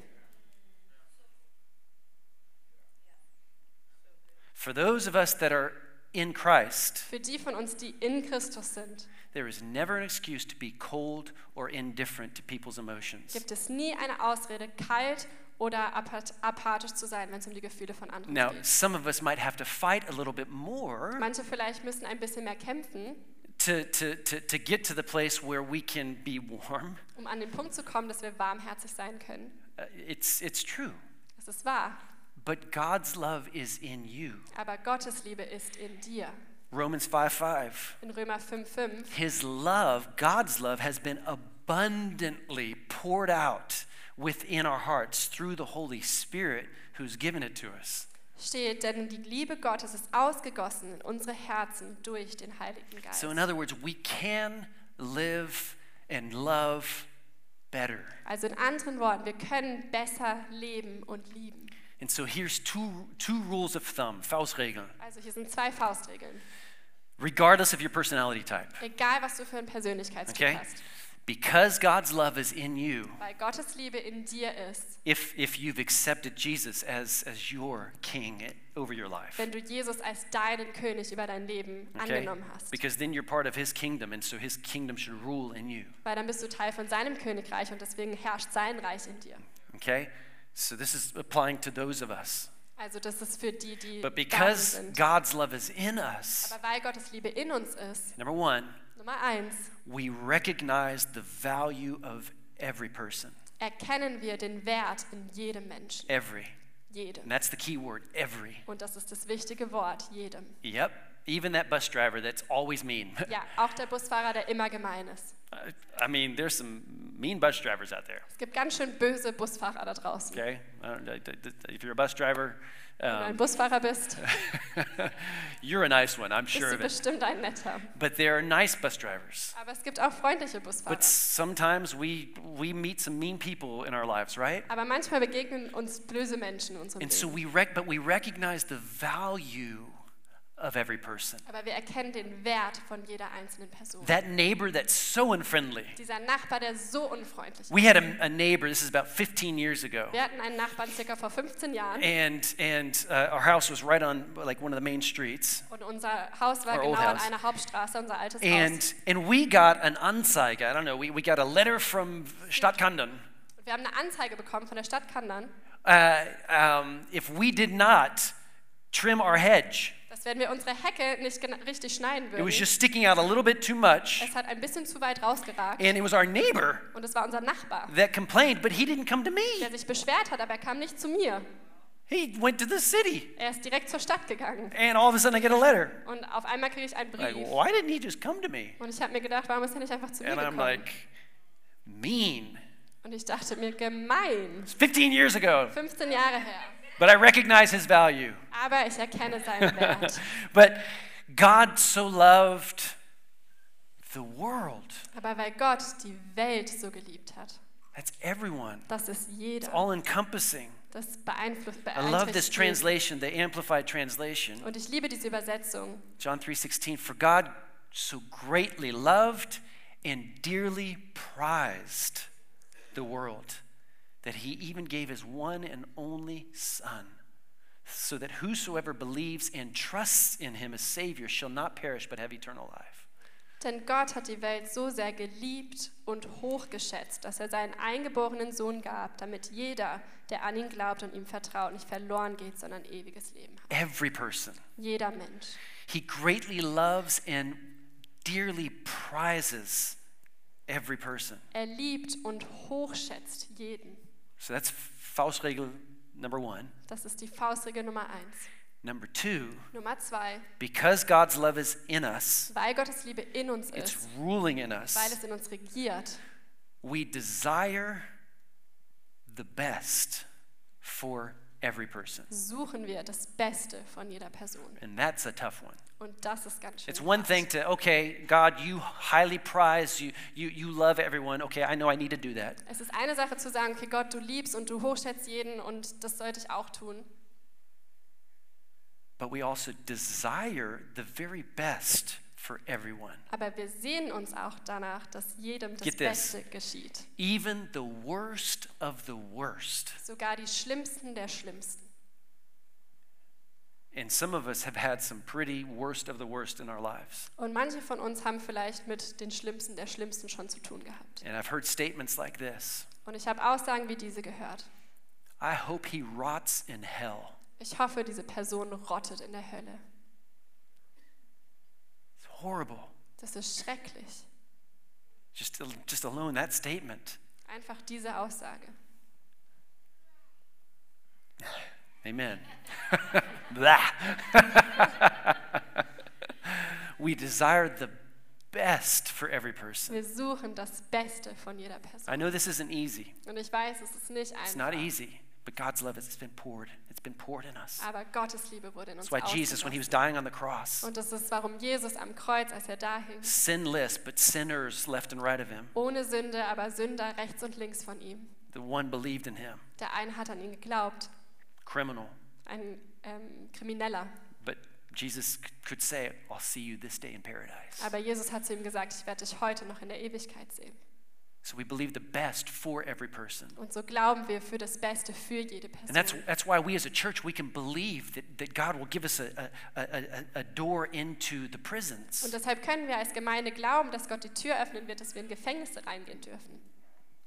Speaker 1: For those of us that are in Christ,
Speaker 2: Für die von uns, die in Christus sind,
Speaker 1: there is never an excuse to be cold or indifferent to people's emotions.
Speaker 2: gibt es nie eine Ausrede, kalt oder apath- apathisch zu sein, wenn es um die Gefühle von anderen
Speaker 1: Now,
Speaker 2: geht.
Speaker 1: some of us might have to fight a little bit more
Speaker 2: Manche vielleicht müssen ein bisschen mehr kämpfen,
Speaker 1: to, to, to, to get to the place where we can be warm,
Speaker 2: um an den Punkt zu kommen, dass wir warmherzig sein können.
Speaker 1: Uh, It's, it's true.
Speaker 2: Das ist wahr.
Speaker 1: But God's love is in you.
Speaker 2: Aber Gottes Liebe ist in dir.
Speaker 1: Romans 5 5.
Speaker 2: In Römer 5,5.
Speaker 1: His love, God's love, has been abundantly poured out within our hearts through the Holy Spirit who's given it to us.
Speaker 2: steht, denn die Liebe Gottes ist ausgegossen in unsere Herzen durch den Heiligen Geist.
Speaker 1: So, in other words, we can live and love better.
Speaker 2: also in anderen Worten, wir können besser leben und lieben.
Speaker 1: And so, here's two, two rules of thumb, Faustregeln,
Speaker 2: Also hier sind zwei Faustregeln.
Speaker 1: regardless of your personality type.
Speaker 2: Egal, was du für ein Persönlichkeitstyp
Speaker 1: Okay?
Speaker 2: hast.
Speaker 1: Because God's love is in you,
Speaker 2: Weil Gottes Liebe in dir ist,
Speaker 1: if, if you've accepted Jesus as, as your king over your life.
Speaker 2: wenn du Jesus als deinen König über dein Leben
Speaker 1: Okay?
Speaker 2: angenommen hast.
Speaker 1: Because then you're part of his kingdom, and so his kingdom should rule in you.
Speaker 2: Weil dann bist du Teil von seinem Königreich und deswegen herrscht sein Reich in dir.
Speaker 1: Okay? So this is applying to those of us.
Speaker 2: Also das ist für die, die
Speaker 1: But
Speaker 2: Gaben
Speaker 1: because
Speaker 2: sind.
Speaker 1: God's love is in us,
Speaker 2: Aber weil Gottes Liebe in uns ist,
Speaker 1: number one,
Speaker 2: Nummer eins,
Speaker 1: we recognize the value of every person.
Speaker 2: erkennen wir den Wert in jedem Menschen.
Speaker 1: Every.
Speaker 2: Jedem.
Speaker 1: And that's the key word, every.
Speaker 2: Und das ist das wichtige Wort, jedem.
Speaker 1: Yep. Even that bus driver that's always mean. *laughs*
Speaker 2: Ja, auch der Busfahrer, der immer gemein ist.
Speaker 1: I- I mean, there's some mean bus drivers out there.
Speaker 2: Es gibt ganz schön böse Busfahrer da drausen.
Speaker 1: Okay? I don't- I- I- If you're a bus driver,
Speaker 2: Wenn du ein
Speaker 1: um,
Speaker 2: Busfahrer bist,
Speaker 1: *laughs* you're a nice one, I'm
Speaker 2: bist
Speaker 1: sure
Speaker 2: du
Speaker 1: of it.
Speaker 2: bestimmt ein netter.
Speaker 1: But there are nice bus drivers.
Speaker 2: Aber es gibt auch freundliche Busfahrer.
Speaker 1: But sometimes we, we meet some mean people in our lives, right?
Speaker 2: Aber manchmal begegnen uns böse Menschen in unserem
Speaker 1: And so
Speaker 2: Leben.
Speaker 1: we rec- but we recognize the value of every person.
Speaker 2: Aber wir erkennen den Wert von jeder einzelnen Person.
Speaker 1: That neighbor that's so unfriendly.
Speaker 2: Dieser Nachbar, der so unfreundlich ist.
Speaker 1: We had a, a neighbor, this is about 15 years ago.
Speaker 2: Wir hatten einen Nachbarn circa vor 15 Jahren
Speaker 1: And, and uh, our house was right on like one of the main streets.
Speaker 2: und unser Haus war
Speaker 1: Our old
Speaker 2: genau an
Speaker 1: house.
Speaker 2: einer Hauptstraße, unser altes Haus.
Speaker 1: And, and we got an Anzeige, I don't know, we, we got a letter from Stadtkanden.
Speaker 2: Und wir haben eine Anzeige bekommen von der Stadt Kandern,
Speaker 1: Uh, um, if we did not trim our hedge,
Speaker 2: dass wenn wir unsere Hecke nicht gena- richtig schneiden
Speaker 1: it
Speaker 2: würden,
Speaker 1: was just sticking out a little bit too much.
Speaker 2: es hat ein bisschen zu weit rausgeragt
Speaker 1: And it was our neighbor
Speaker 2: und es war unser Nachbar,
Speaker 1: that complained, but he didn't come to me.
Speaker 2: der sich beschwert hat, aber er kam nicht zu mir.
Speaker 1: He went to the city,
Speaker 2: Er ist direkt zur Stadt gegangen
Speaker 1: and all of a sudden I get a letter.
Speaker 2: und auf einmal kriege ich einen
Speaker 1: Like,
Speaker 2: Brief
Speaker 1: why didn't he just come to me?
Speaker 2: und ich habe mir gedacht, warum ist er nicht einfach zu mir
Speaker 1: And I'm
Speaker 2: gekommen?
Speaker 1: like, mean.
Speaker 2: und ich dachte mir, gemein,
Speaker 1: It's 15 years ago,
Speaker 2: 15 Jahre her,
Speaker 1: but I recognize his value.
Speaker 2: aber ich erkenne seinen Wert.
Speaker 1: *laughs* but God so loved the world.
Speaker 2: aber weil Gott die Welt so geliebt hat,
Speaker 1: That's everyone.
Speaker 2: das ist
Speaker 1: It's
Speaker 2: jeder,
Speaker 1: all encompassing.
Speaker 2: das beeinflusst
Speaker 1: I love this
Speaker 2: beeinträchtigt jeden.
Speaker 1: translation, the amplified translation.
Speaker 2: Und ich liebe diese Übersetzung.
Speaker 1: John 3:16 for God so greatly loved and dearly prized the world that he even gave his one and only son so that whosoever believes and trusts in him as savior shall not perish but have eternal life.
Speaker 2: Denn Gott hat die Welt so sehr geliebt und hochgeschätzt, dass er seinen eingeborenen Sohn gab, damit jeder, der an ihn glaubt und ihm vertraut, nicht verloren geht, sondern ewiges Leben hat.
Speaker 1: Every person
Speaker 2: Jeder Mensch.
Speaker 1: he greatly loves and dearly prizes every person.
Speaker 2: Er liebt und hochschätzt jeden.
Speaker 1: So that's Faustregel number 1.
Speaker 2: Das ist die Faustregel Nummer eins.
Speaker 1: Number 2,
Speaker 2: Nummer zwei,
Speaker 1: because God's love is in us
Speaker 2: weil Gottes Liebe in uns
Speaker 1: It's
Speaker 2: ist,
Speaker 1: ruling in
Speaker 2: weil
Speaker 1: us.
Speaker 2: es in uns regiert,
Speaker 1: We desire the best for every person.
Speaker 2: suchen wir das Beste von jeder Person.
Speaker 1: And that's a tough one.
Speaker 2: Und das ist ganz schön.
Speaker 1: It's one
Speaker 2: hart.
Speaker 1: thing to, okay, God, you highly prize, you, you, you love everyone. Okay, I know I need to do that.
Speaker 2: Es ist eine Sache zu sagen, okay, Gott, du liebst und du hochschätzt jeden und das sollte ich auch tun.
Speaker 1: But we also desire the very best for everyone,
Speaker 2: Aber wir sehen uns auch danach, dass jedem das
Speaker 1: Get this.
Speaker 2: Beste geschieht.
Speaker 1: even the worst of the worst.
Speaker 2: Sogar die Schlimmsten der Schlimmsten.
Speaker 1: And some of us have had some pretty worst of the worst in our lives.
Speaker 2: Und manche von uns haben vielleicht mit den Schlimmsten der Schlimmsten schon zu tun gehabt.
Speaker 1: And I've heard statements like this
Speaker 2: Und ich habe Aussagen wie diese gehört.
Speaker 1: I hope he rots in hell.
Speaker 2: Ich hoffe, diese Person rottet in der Hölle.
Speaker 1: It's horrible.
Speaker 2: Das ist schrecklich.
Speaker 1: Just, just alone that statement.
Speaker 2: Einfach diese Aussage.
Speaker 1: Amen. *laughs* Blah. *laughs* we desire the best for every person.
Speaker 2: Wir suchen das Beste von jeder Person.
Speaker 1: I know this isn't easy.
Speaker 2: Und ich weiß, es ist nicht
Speaker 1: It's not
Speaker 2: einfach.
Speaker 1: easy, but God's love has been poured. It's been poured in us.
Speaker 2: Aber Gottes Liebe wurde in uns
Speaker 1: That's why Jesus, when he
Speaker 2: ausgegossen.
Speaker 1: was dying on the cross,
Speaker 2: Und das ist, warum Jesus am Kreuz, als er da hing,
Speaker 1: sinless, but sinners left and right of him,
Speaker 2: ohne Sünde, aber Sünder rechts und links von ihm.
Speaker 1: the one believed in him,
Speaker 2: Der eine hat an ihn geglaubt,
Speaker 1: criminal.
Speaker 2: ein ähm, Krimineller.
Speaker 1: But Jesus c- could say, I'll see you this day in paradise.
Speaker 2: Aber Jesus hat zu ihm gesagt, ich werde dich heute noch in der Ewigkeit sehen.
Speaker 1: So we believe the best for every person.
Speaker 2: Und so glauben wir für das Beste für jede
Speaker 1: And that's,
Speaker 2: Person.
Speaker 1: that's why we as a church, we can believe that, that God will give us a, a, a, a- a door into the prisons.
Speaker 2: Und deshalb können wir als Gemeinde glauben, dass Gott die Tür öffnen wird, dass wir in Gefängnisse reingehen dürfen.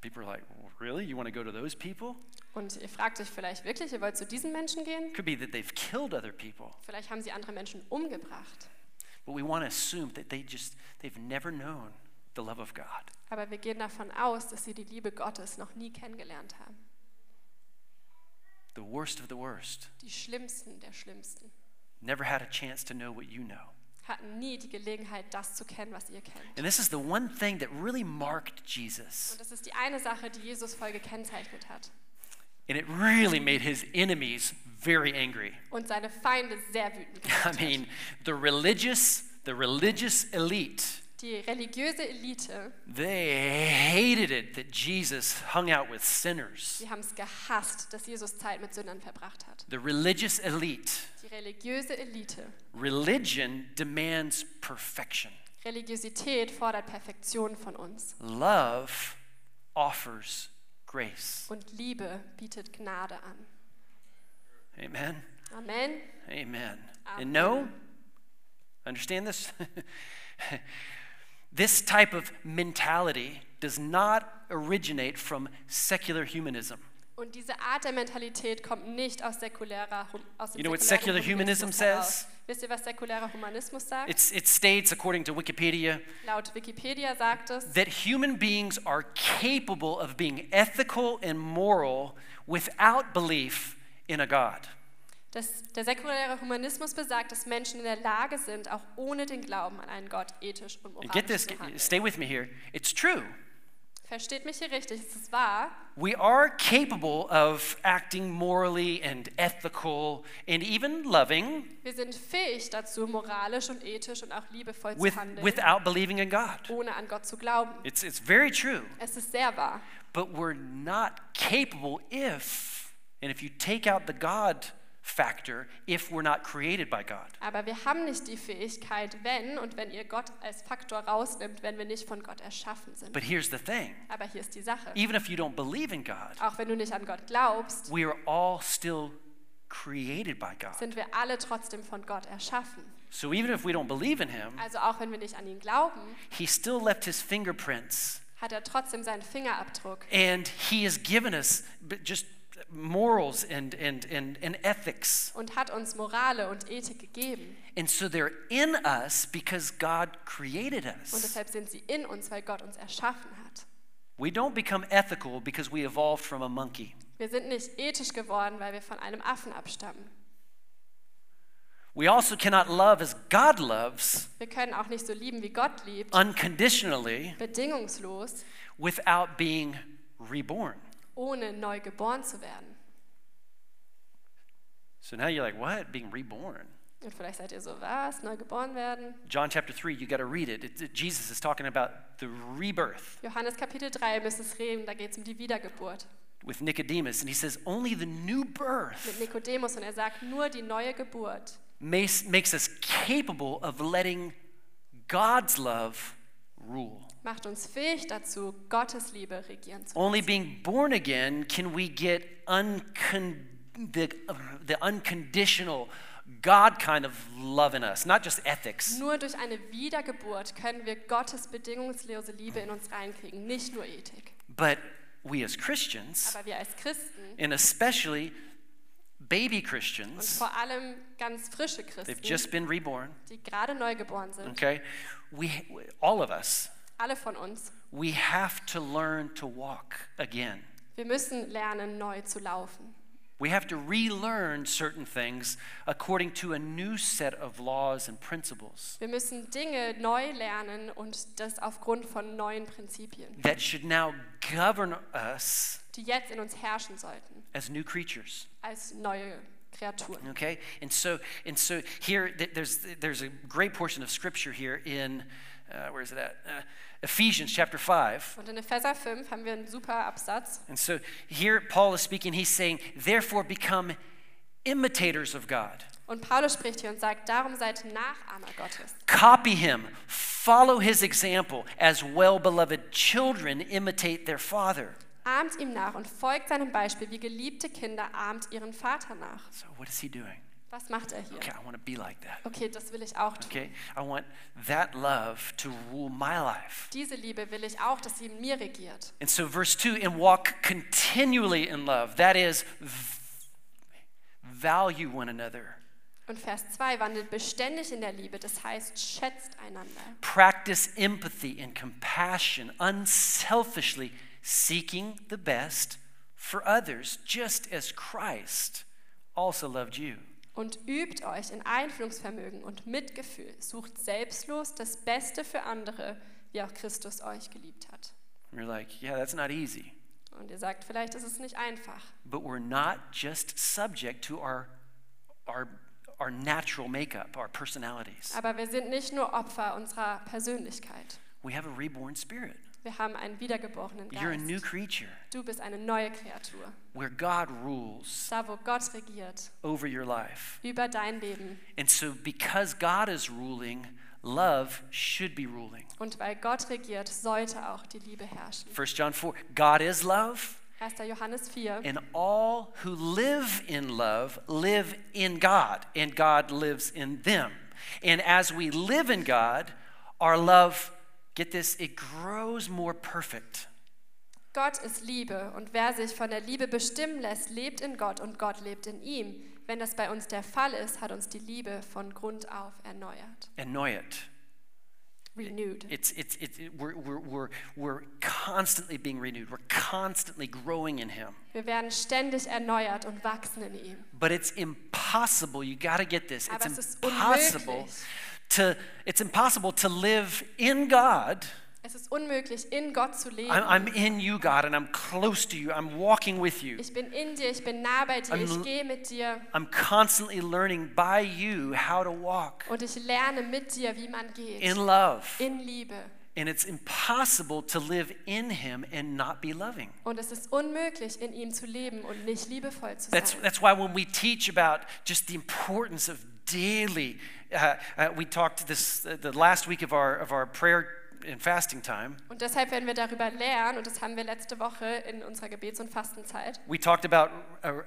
Speaker 1: People are like, "Well, really? You want to go to those people?
Speaker 2: Und ihr fragt euch vielleicht wirklich, ihr wollt zu diesen Menschen gehen?
Speaker 1: Could be that they've killed other people,
Speaker 2: Vielleicht haben sie andere Menschen umgebracht.
Speaker 1: but we want to assume that they just, they've never known the love of God.
Speaker 2: Aber wir gehen davon aus, dass sie die Liebe Gottes noch nie kennengelernt haben.
Speaker 1: The worst of the worst
Speaker 2: Die Schlimmsten der Schlimmsten
Speaker 1: never had a chance to know what you know.
Speaker 2: hatten nie die Gelegenheit, das zu kennen, was ihr kennt.
Speaker 1: And this is the one thing that really marked Jesus.
Speaker 2: Und das ist die eine Sache, die Jesus voll gekennzeichnet hat.
Speaker 1: And it really made his enemies very angry. *laughs*
Speaker 2: Und seine Feinde sehr wütend
Speaker 1: I
Speaker 2: gemacht hat.
Speaker 1: mean, the religious, the religious elite,
Speaker 2: Die religiöse Elite,
Speaker 1: they hated it that Jesus hung out with sinners.
Speaker 2: die haben es gehasst, dass Jesus Zeit mit Sündern verbracht hat.
Speaker 1: The religious elite,
Speaker 2: Die religiöse Elite.
Speaker 1: religion demands perfection.
Speaker 2: Religiosität fordert Perfektion von uns.
Speaker 1: Love offers grace.
Speaker 2: Und Liebe bietet Gnade an.
Speaker 1: Amen.
Speaker 2: Amen.
Speaker 1: Amen. And no, understand this? *laughs* this type of mentality does not originate from secular humanism.
Speaker 2: Und diese Art der Mentalität kommt nicht aus säkulärer Hum- aus dem
Speaker 1: You know what
Speaker 2: säkularen
Speaker 1: secular humanism
Speaker 2: Humanismus heraus.
Speaker 1: says?
Speaker 2: Wisst ihr, was säkularer Humanismus sagt?
Speaker 1: It's, it states, according to Wikipedia,
Speaker 2: Laut Wikipedia sagt es,
Speaker 1: that human beings are capable of being ethical and moral without belief in a God.
Speaker 2: dass der säkuläre Humanismus besagt, dass Menschen in der Lage sind, auch ohne den Glauben an einen Gott ethisch und
Speaker 1: And get
Speaker 2: moralisch
Speaker 1: this,
Speaker 2: zu
Speaker 1: get-
Speaker 2: handeln.
Speaker 1: stay with me here. It's true.
Speaker 2: Versteht mich hier richtig, es ist wahr,
Speaker 1: We are capable of acting morally and ethical and even loving
Speaker 2: wir sind fähig dazu, moralisch und ethisch und auch liebevoll
Speaker 1: with,
Speaker 2: zu handeln,
Speaker 1: without believing in God.
Speaker 2: ohne an Gott zu glauben.
Speaker 1: It's, it's very true,
Speaker 2: Es ist sehr wahr.
Speaker 1: but we're not capable if, and if you take out the God factor, if we're not created by God.
Speaker 2: Aber wir haben nicht die Fähigkeit, wenn und wenn ihr Gott als Faktor rausnimmt, wenn wir nicht von Gott erschaffen sind.
Speaker 1: But here's the thing
Speaker 2: Aber hier ist die Sache.
Speaker 1: even if you don't believe in God,
Speaker 2: Auch wenn du nicht an Gott glaubst,
Speaker 1: we are all still created by God.
Speaker 2: sind wir alle trotzdem von Gott erschaffen.
Speaker 1: So even if we don't believe in Him,
Speaker 2: Also auch wenn wir nicht an ihn glauben,
Speaker 1: He still left His fingerprints
Speaker 2: hat er trotzdem seinen Fingerabdruck.
Speaker 1: and He has given us b- just morals and, and, and, and ethics.
Speaker 2: und hat uns Morale und Ethik gegeben.
Speaker 1: And so they're in us because God created
Speaker 2: Und
Speaker 1: us.
Speaker 2: deshalb sind sie in uns, weil Gott uns erschaffen hat.
Speaker 1: We don't become ethical because we evolved from a monkey.
Speaker 2: Wir sind nicht ethisch geworden, weil wir von einem Affen abstammen.
Speaker 1: We also cannot love as God loves
Speaker 2: Wir können auch nicht so lieben, wie Gott liebt,
Speaker 1: unconditionally
Speaker 2: bedingungslos,
Speaker 1: without being reborn.
Speaker 2: ohne neu geboren zu werden.
Speaker 1: So now you're like, what? Being reborn?
Speaker 2: Und vielleicht seid ihr so, was, neu geboren werden?
Speaker 1: John chapter 3, you got to read it. It- it- Jesus is talking about the rebirth
Speaker 2: Johannes Kapitel 3, ihr müsst es reden, da geht es um die Wiedergeburt
Speaker 1: with Nicodemus. And he says, only the new
Speaker 2: mit
Speaker 1: birth
Speaker 2: Nikodemus. Und er sagt, nur die neue Geburt
Speaker 1: makes, makes us capable of letting God's love rule.
Speaker 2: macht uns fähig dazu, Gottes Liebe regieren zu
Speaker 1: Only being born again can we get uncon- the, the unconditional God kind of love in us, not just ethics.
Speaker 2: Nur durch eine Wiedergeburt können wir Gottes bedingungslose Liebe in uns reinkriegen, nicht nur Ethik.
Speaker 1: But we as Christians,
Speaker 2: Aber wir als Christen
Speaker 1: and especially baby
Speaker 2: und
Speaker 1: Christians,
Speaker 2: vor allem ganz frische
Speaker 1: they've
Speaker 2: Christen,
Speaker 1: just been reborn,
Speaker 2: die gerade neu geboren sind,
Speaker 1: okay? We, all of us,
Speaker 2: alle von uns,
Speaker 1: we have to learn to walk again.
Speaker 2: wir müssen lernen, neu zu laufen.
Speaker 1: We have to relearn certain things according to a new set of laws and principles
Speaker 2: Wir müssen Dinge neu lernen und das aufgrund von neuen Prinzipien,
Speaker 1: that should now govern us
Speaker 2: die jetzt in uns herrschen sollten,
Speaker 1: as new creatures.
Speaker 2: als neue Kreaturen.
Speaker 1: Okay, and so and so here th- there's there's a great portion of scripture here in uh, where is it at uh, Ephesians chapter five.
Speaker 2: Und in Epheser 5 haben wir einen super Absatz.
Speaker 1: And so here Paul is speaking. He's saying, therefore, become imitators of God.
Speaker 2: Und Paulus spricht hier und sagt, darum seid Nachahmer Gottes.
Speaker 1: Copy him. Follow his example as well beloved children imitate their father.
Speaker 2: Ahmt ihm nach und folgt seinem Beispiel, wie geliebte Kinder ahmt ihren Vater nach.
Speaker 1: So, what is he doing?
Speaker 2: Was macht er hier?
Speaker 1: Okay, I want to be like that.
Speaker 2: Okay, das will ich auch tun.
Speaker 1: Okay, I want that love to rule my life.
Speaker 2: Diese Liebe will ich auch, dass sie in mir regiert.
Speaker 1: And so, verse 2 and walk continually in love. That is, v- value one another,
Speaker 2: Und Vers 2 wandelt beständig in der Liebe, das heißt, schätzt einander.
Speaker 1: practice empathy and compassion, unselfishly seeking the best for others, just as Christ also loved you.
Speaker 2: Und übt euch in Einfühlungsvermögen und Mitgefühl, sucht selbstlos das Beste für andere, wie auch Christus euch geliebt hat.
Speaker 1: And you're like, yeah, that's not easy.
Speaker 2: Und ihr sagt, vielleicht ist es nicht einfach,
Speaker 1: But we're not just subject to our, our, our natural makeup, our personalities.
Speaker 2: aber wir sind nicht nur Opfer unserer Persönlichkeit.
Speaker 1: We have a reborn spirit.
Speaker 2: Wir haben einen wiedergeborenen
Speaker 1: You're a new
Speaker 2: Geist.
Speaker 1: creature
Speaker 2: Du bist eine neue Kreatur.
Speaker 1: where God rules
Speaker 2: Da, wo Gott regiert,
Speaker 1: over your life.
Speaker 2: über dein Leben.
Speaker 1: And so, because God is ruling, love should be ruling.
Speaker 2: Und weil Gott regiert, sollte auch die Liebe herrschen.
Speaker 1: 1 John 4 God is love,
Speaker 2: 1. Johannes 4.
Speaker 1: and all who live in love live in God, and God lives in them. And as we live in God, our love, get this, it grows more perfect.
Speaker 2: Gott ist Liebe und wer sich von der Liebe bestimmen lässt, lebt in Gott und Gott lebt in ihm. Wenn das bei uns der Fall ist, hat uns die Liebe von Grund auf erneuert.
Speaker 1: And know it.
Speaker 2: Renewed.
Speaker 1: It's, it's, it's, it- we're, we're, we're, we're constantly being renewed, we're constantly growing in Him.
Speaker 2: Wir werden ständig erneuert und wachsen in ihm.
Speaker 1: But it's impossible. You got to get this.
Speaker 2: Aber es
Speaker 1: It's
Speaker 2: ist
Speaker 1: impossible
Speaker 2: unmöglich.
Speaker 1: to. It's impossible to live in God.
Speaker 2: Es ist unmöglich, in Gott zu leben.
Speaker 1: I'm, I'm in you, God, and I'm close to you. I'm walking with you.
Speaker 2: ich bin in dir, ich bin nah bei dir,
Speaker 1: I'm l-
Speaker 2: ich gehe mit dir
Speaker 1: I'm constantly learning by you how to walk
Speaker 2: und ich lerne mit dir, wie man geht.
Speaker 1: in love.
Speaker 2: in Liebe.
Speaker 1: And it's impossible to live in Him and not be loving.
Speaker 2: Und es ist unmöglich, in ihm zu leben und nicht liebevoll zu
Speaker 1: That's,
Speaker 2: sein.
Speaker 1: that's why when we teach about just the importance of daily, uh, uh, we talked this uh, the last week of our of our prayer and fasting time.
Speaker 2: Und deshalb werden wir darüber lernen, und das haben wir letzte Woche in unserer Gebets- und Fastenzeit.
Speaker 1: We talked about a,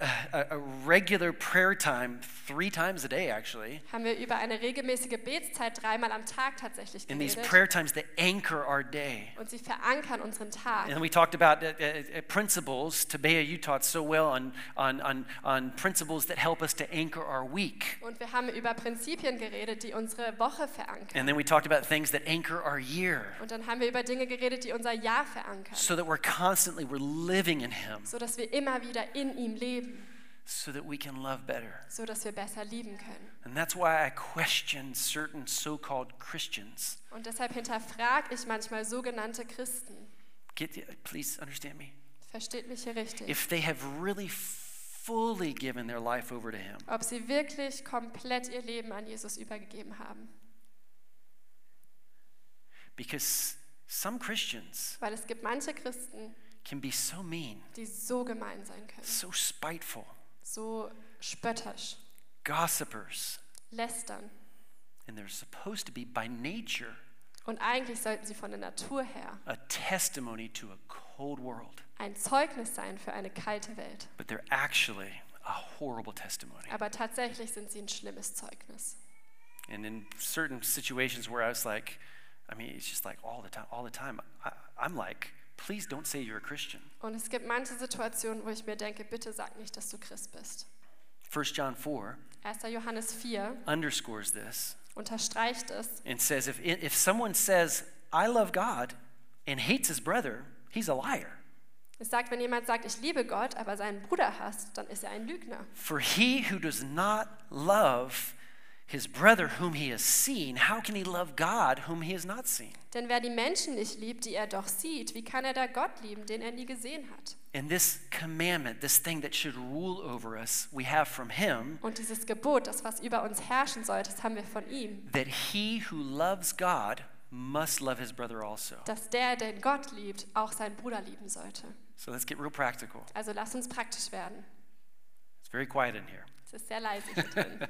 Speaker 1: a, a regular prayer time three times a day, actually.
Speaker 2: haben wir über eine regelmäßige Gebetszeit dreimal am Tag tatsächlich
Speaker 1: And these
Speaker 2: geredet.
Speaker 1: prayer times that anchor our day.
Speaker 2: Und sie verankern unseren Tag.
Speaker 1: And we talked about uh, uh, uh, principles. Tabea, you taught so well on, on, on, on principles that help us to anchor our week.
Speaker 2: Und wir haben über Prinzipien geredet, die unsere Woche verankern.
Speaker 1: And then we talked about things that anchor our year
Speaker 2: Und dann haben wir über Dinge geredet, die unser Jahr verankern,
Speaker 1: so that we're constantly we're living in him
Speaker 2: so dass wir immer wieder in ihm leben,
Speaker 1: so that we can love better.
Speaker 2: so dass wir besser lieben können.
Speaker 1: And that's why I question certain so called Christians.
Speaker 2: Und deshalb hinterfrage ich manchmal sogenannte Christen.
Speaker 1: Get, please understand me.
Speaker 2: Versteht mich hier richtig?
Speaker 1: If they have really fully given their life over to Him,
Speaker 2: Ob sie wirklich komplett ihr Leben an Jesus übergegeben haben.
Speaker 1: because some Christians
Speaker 2: Weil es gibt manche Christen,
Speaker 1: can be so mean,
Speaker 2: die so gemein sein können,
Speaker 1: so spiteful,
Speaker 2: so spöttisch,
Speaker 1: gossipers,
Speaker 2: lästern.
Speaker 1: and they're supposed to be, by nature,
Speaker 2: Und eigentlich sollten sie von der Natur her
Speaker 1: a testimony to a cold world,
Speaker 2: ein Zeugnis sein für eine kalte Welt.
Speaker 1: but they're actually a horrible testimony.
Speaker 2: Aber tatsächlich sind sie ein schlimmes Zeugnis.
Speaker 1: And in certain situations where I was like, I mean, it's just like all the time, all the time, I, I'm like, please don't say you're a Christian.
Speaker 2: Und es gibt manche Situationen, wo ich mir denke, bitte sag nicht, dass du Christ bist.
Speaker 1: 1 John 4
Speaker 2: 1. Johannes 4
Speaker 1: underscores this
Speaker 2: unterstreicht es.
Speaker 1: and says if, if someone says, I love God and hates his brother, he's a liar.
Speaker 2: Es sagt, wenn jemand sagt, ich liebe Gott, aber seinen Bruder hasst, dann ist er ein Lügner.
Speaker 1: For he who does not love his brother whom he has seen, how can he love God whom he has not seen?
Speaker 2: Denn wer die Menschen nicht liebt, die er doch sieht, wie kann er da Gott lieben, den er nie gesehen hat?
Speaker 1: And this commandment, this thing that should rule over us, we have from him
Speaker 2: Und dieses Gebot, das was über uns herrschen sollte, das haben wir von ihm.
Speaker 1: that he who loves God must love his brother also.
Speaker 2: Dass der, den Gott liebt, auch seinen Bruder lieben sollte.
Speaker 1: So let's get real practical.
Speaker 2: Also lasst uns praktisch werden.
Speaker 1: It's very quiet in here. *laughs*
Speaker 2: Es ist sehr leise hier drin.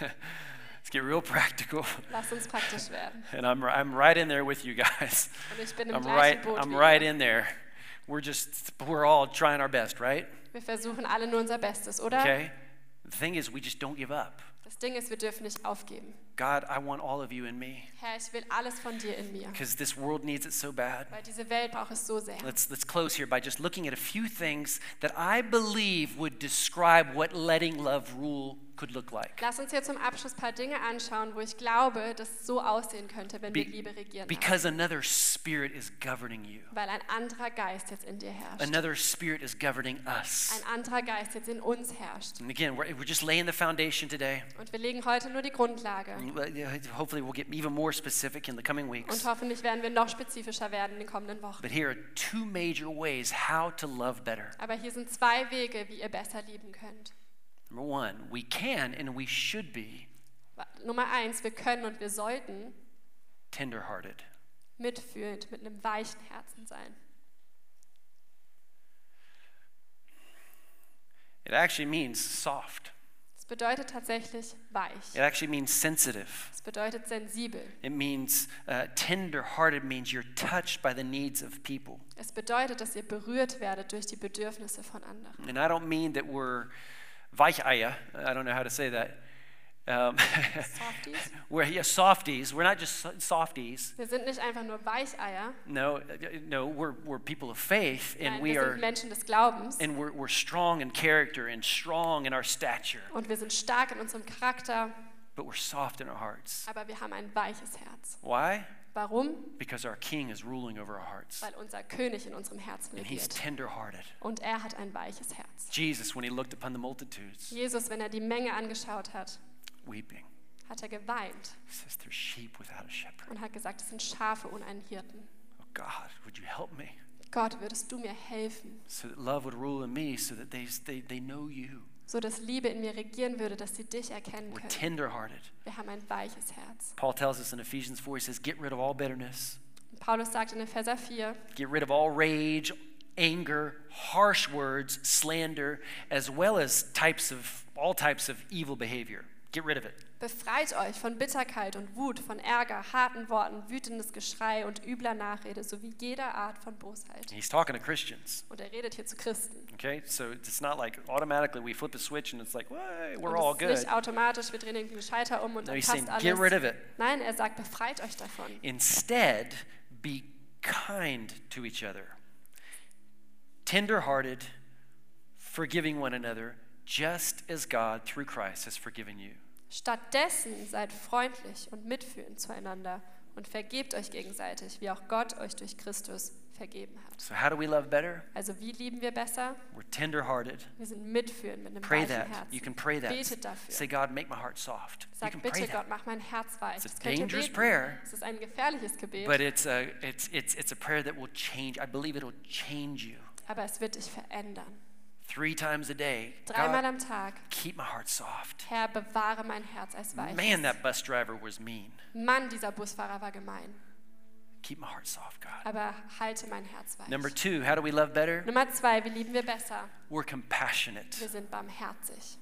Speaker 1: let's get real practical.
Speaker 2: Lasst uns praktisch werden.
Speaker 1: And I'm, I'm right in there with you guys.
Speaker 2: Und ich bin im
Speaker 1: I'm
Speaker 2: gleichen
Speaker 1: right,
Speaker 2: Boot
Speaker 1: I'm
Speaker 2: wie
Speaker 1: right
Speaker 2: ihr.
Speaker 1: in there. We're just, we're all trying our best, right?
Speaker 2: Wir versuchen alle nur unser Bestes, oder?
Speaker 1: Okay? The thing is, we just don't give up.
Speaker 2: Das Ding ist, wir dürfen nicht aufgeben.
Speaker 1: God, I want all of you in me
Speaker 2: Herr, ich will alles von dir in mir,
Speaker 1: because this world needs it so bad.
Speaker 2: weil diese Welt braucht es so sehr.
Speaker 1: Let's, let's close here by just looking at a few things that I believe would describe what letting love rule could look like.
Speaker 2: Lass uns hier zum Abschluss ein paar Dinge anschauen, wo ich glaube, dass es so aussehen könnte, wenn wir
Speaker 1: Be-
Speaker 2: Liebe regieren. lassen.
Speaker 1: because another spirit is governing you,
Speaker 2: Weil ein anderer Geist jetzt in dir herrscht.
Speaker 1: another spirit is governing us.
Speaker 2: Ein anderer Geist jetzt in uns herrscht.
Speaker 1: And again, we're, we're just laying the foundation today.
Speaker 2: Und wir legen heute nur die Grundlage.
Speaker 1: And, uh, yeah, Hopefully, we'll get even more specific in the coming
Speaker 2: Und
Speaker 1: weeks.
Speaker 2: hoffentlich werden wir noch spezifischer werden in den kommenden Wochen.
Speaker 1: But here are two major ways how to love better.
Speaker 2: Aber hier sind zwei Wege, wie ihr besser lieben könnt.
Speaker 1: Number one, we can and we should be
Speaker 2: Wa- Nummer eins, wir können und wir sollten
Speaker 1: tenderhearted.
Speaker 2: mitfühlend, mit einem weichen Herzen sein.
Speaker 1: It actually means soft,
Speaker 2: Das bedeutet tatsächlich
Speaker 1: it
Speaker 2: weich.
Speaker 1: actually means sensitive.
Speaker 2: Das bedeutet sensibel.
Speaker 1: It means uh, tender-hearted means you're touched by the needs of people,
Speaker 2: Es bedeutet, dass ihr berührt werdet durch die Bedürfnisse von anderen.
Speaker 1: and I don't mean that we're weicheier. I don't know how to say that. Um,
Speaker 2: Softies?
Speaker 1: *laughs* we're yeah, softies. We're not just so- softies.
Speaker 2: Wir sind nicht einfach nur Weicheier,
Speaker 1: No, uh, no, we're, we're people of faith, and
Speaker 2: nein,
Speaker 1: we
Speaker 2: wir
Speaker 1: are
Speaker 2: sind Menschen des Glaubens
Speaker 1: and we're, we're strong in character and strong in our stature,
Speaker 2: und wir sind stark in unserem Charakter,
Speaker 1: but we're soft in our hearts.
Speaker 2: aber wir haben ein weiches Herz.
Speaker 1: Why?
Speaker 2: Warum?
Speaker 1: Because our King is ruling over our hearts,
Speaker 2: Weil unser König in unserem Herzen
Speaker 1: and He's
Speaker 2: regiert
Speaker 1: tender-hearted.
Speaker 2: und er hat ein weiches Herz.
Speaker 1: Jesus, when He looked upon the multitudes,
Speaker 2: Jesus, wenn er die Menge angeschaut hat,
Speaker 1: weeping,
Speaker 2: hat er geweint
Speaker 1: He says, "There's sheep without a shepherd."
Speaker 2: und hat gesagt, es sind Schafe ohne einen Hirten.
Speaker 1: Oh God, would you help me?
Speaker 2: Gott, würdest du mir helfen,
Speaker 1: So that love would rule in me, so that they, they, they know you.
Speaker 2: so dass Liebe in mir regieren würde, dass sie dich erkennen
Speaker 1: We're
Speaker 2: können.
Speaker 1: tenderhearted.
Speaker 2: Wir haben ein weiches Herz.
Speaker 1: Paul tells us in Ephesians 4, he says, Get rid of all bitterness,
Speaker 2: Und Paulus sagt in Epheser 4,
Speaker 1: get rid of all rage, anger, harsh words, slander, as well as types of all types of evil behavior. Get rid of it.
Speaker 2: Befreit euch von Bitterkeit und Wut, von Ärger, harten Worten, wütendes Geschrei und übler Nachrede sowie jeder Art von Bosheit.
Speaker 1: He's talking to Christians.
Speaker 2: Und er redet hier zu Christen.
Speaker 1: Okay, so it's not like automatically we flip a switch and it's like, "Whoa, we're
Speaker 2: und
Speaker 1: all
Speaker 2: es
Speaker 1: good.
Speaker 2: ist nicht automatisch, wir drehen irgendwie einen Schalter um
Speaker 1: No,
Speaker 2: und dann
Speaker 1: he's
Speaker 2: passt
Speaker 1: saying, get rid
Speaker 2: alles.
Speaker 1: of it.
Speaker 2: Nein, er sagt, befreit euch davon.
Speaker 1: Instead, be kind to each other, tenderhearted, forgiving one another, just as God through Christ has forgiven you.
Speaker 2: Stattdessen seid freundlich und mitfühlend zueinander und vergebt euch gegenseitig, wie auch Gott euch durch Christus vergeben hat.
Speaker 1: So, how do we love better?
Speaker 2: Also wie lieben wir besser?
Speaker 1: We're tenderhearted.
Speaker 2: Wir sind mitfühlend mit einem
Speaker 1: Pray
Speaker 2: weichen
Speaker 1: that.
Speaker 2: Herzen.
Speaker 1: You can pray that.
Speaker 2: Betet dafür.
Speaker 1: Say, God, make my heart soft. You can
Speaker 2: Sag
Speaker 1: pray
Speaker 2: bitte
Speaker 1: that.
Speaker 2: Gott, mach mein Herz weich.
Speaker 1: It's a
Speaker 2: Das könnt ihr
Speaker 1: dangerous
Speaker 2: beten.
Speaker 1: prayer.
Speaker 2: Es ist ein gefährliches Gebet,
Speaker 1: But it's a, it's, it's, it's a prayer that will change. I believe it'll change you.
Speaker 2: aber es wird dich verändern.
Speaker 1: Three times a day.
Speaker 2: Dreimal
Speaker 1: God,
Speaker 2: am Tag.
Speaker 1: keep my heart soft.
Speaker 2: Herr, bewahre mein Herz als weich.
Speaker 1: Man, that bus driver was mean.
Speaker 2: Mann, dieser Busfahrer war gemein,
Speaker 1: Keep my heart soft, God.
Speaker 2: aber halte mein Herz weich.
Speaker 1: Number two, how do we love better?
Speaker 2: Nummer zwei, wie lieben wir besser?
Speaker 1: We're
Speaker 2: Wir
Speaker 1: compassionate.
Speaker 2: sind barmherzig.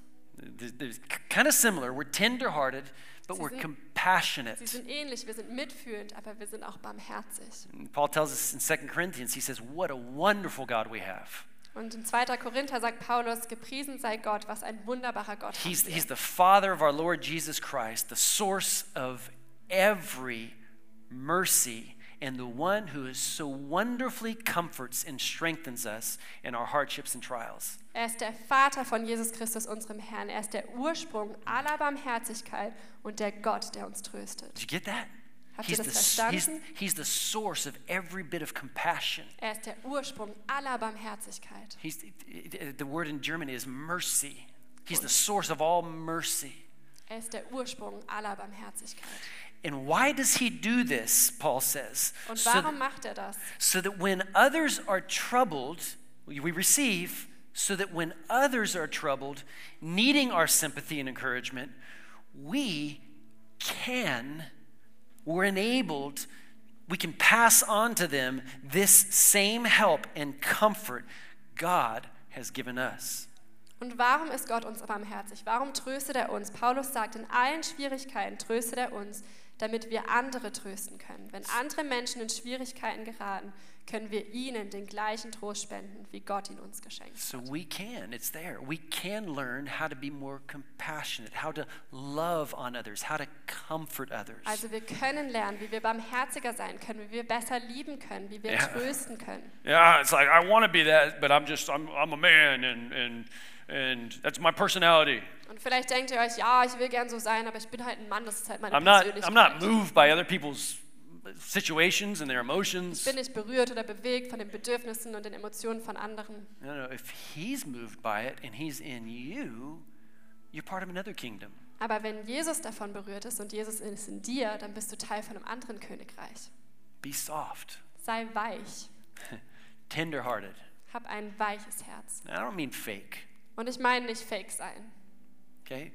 Speaker 1: There's kind of similar. We're tenderhearted, but
Speaker 2: Sie
Speaker 1: we're
Speaker 2: sind- Sie
Speaker 1: compassionate.
Speaker 2: sind ähnlich, wir sind mitfühlend, aber wir sind auch barmherzig.
Speaker 1: And Paul tells us in 2 Corinthians, he says, What a wonderful God we have.
Speaker 2: Und in 2. Korinther sagt Paulus, gepriesen sei Gott, was ein wunderbarer Gott
Speaker 1: He's,
Speaker 2: ist.
Speaker 1: he's the Father of our Lord Jesus Christ, the source of every mercy, and the one who is so wonderfully comforts and strengthens us in our hardships and trials.
Speaker 2: Er ist der Vater von Jesus Christus, unserem Herrn. Er ist der Ursprung aller Barmherzigkeit und der Gott, der uns tröstet.
Speaker 1: Did you get that?
Speaker 2: Habt ihr
Speaker 1: He's
Speaker 2: das
Speaker 1: the, s- he's,
Speaker 2: verstanden?
Speaker 1: he's the source of every bit of compassion.
Speaker 2: Er ist der Ursprung aller Barmherzigkeit.
Speaker 1: He's, the word in German is mercy. He's the source of all mercy.
Speaker 2: Er ist der Ursprung aller Barmherzigkeit.
Speaker 1: And why does he do this, Paul says?
Speaker 2: Und
Speaker 1: So that-
Speaker 2: warum macht er das?
Speaker 1: so that when others are troubled, we receive, so that when others are troubled, needing our sympathy and encouragement, we can, we're enabled, we can pass on to them this same help and comfort God has given us.
Speaker 2: Und warum ist Gott uns barmherzig? Warum tröstet er uns? Paulus sagt, in allen Schwierigkeiten tröstet er uns, damit wir andere trösten können. Wenn andere Menschen in Schwierigkeiten geraten, können wir ihnen den gleichen Trost spenden, wie Gott ihn uns geschenkt hat.
Speaker 1: So we can, it's there. We can learn how to be more compassionate, how to love on others, how to comfort others.
Speaker 2: Also wir können lernen, wie wir barmherziger sein können, wie wir besser lieben können, wie wir
Speaker 1: Ja.
Speaker 2: trösten können.
Speaker 3: Yeah, it's like I want to be that, but I'm just I'm, I'm a man, and and and that's my personality.
Speaker 2: Und vielleicht denkt ihr euch, ja, ich will gern so sein, aber ich bin halt ein Mann, das ist halt meine
Speaker 3: I'm not
Speaker 2: Persönlichkeit.
Speaker 3: I'm not moved by other people's situations and their
Speaker 2: ich
Speaker 3: emotions.
Speaker 2: bin nicht berührt oder bewegt von den Bedürfnissen und den Emotionen von anderen.
Speaker 1: No, no, if he's moved by it and he's in you, you're part of another kingdom.
Speaker 2: Aber wenn Jesus davon berührt ist und Jesus ist in dir, dann bist du Teil von einem anderen Königreich.
Speaker 1: Be soft,
Speaker 2: Sei weich,
Speaker 1: tenderhearted.
Speaker 2: hab ein weiches Herz.
Speaker 1: And I don't mean fake,
Speaker 2: Und ich meine nicht fake sein.
Speaker 1: okay?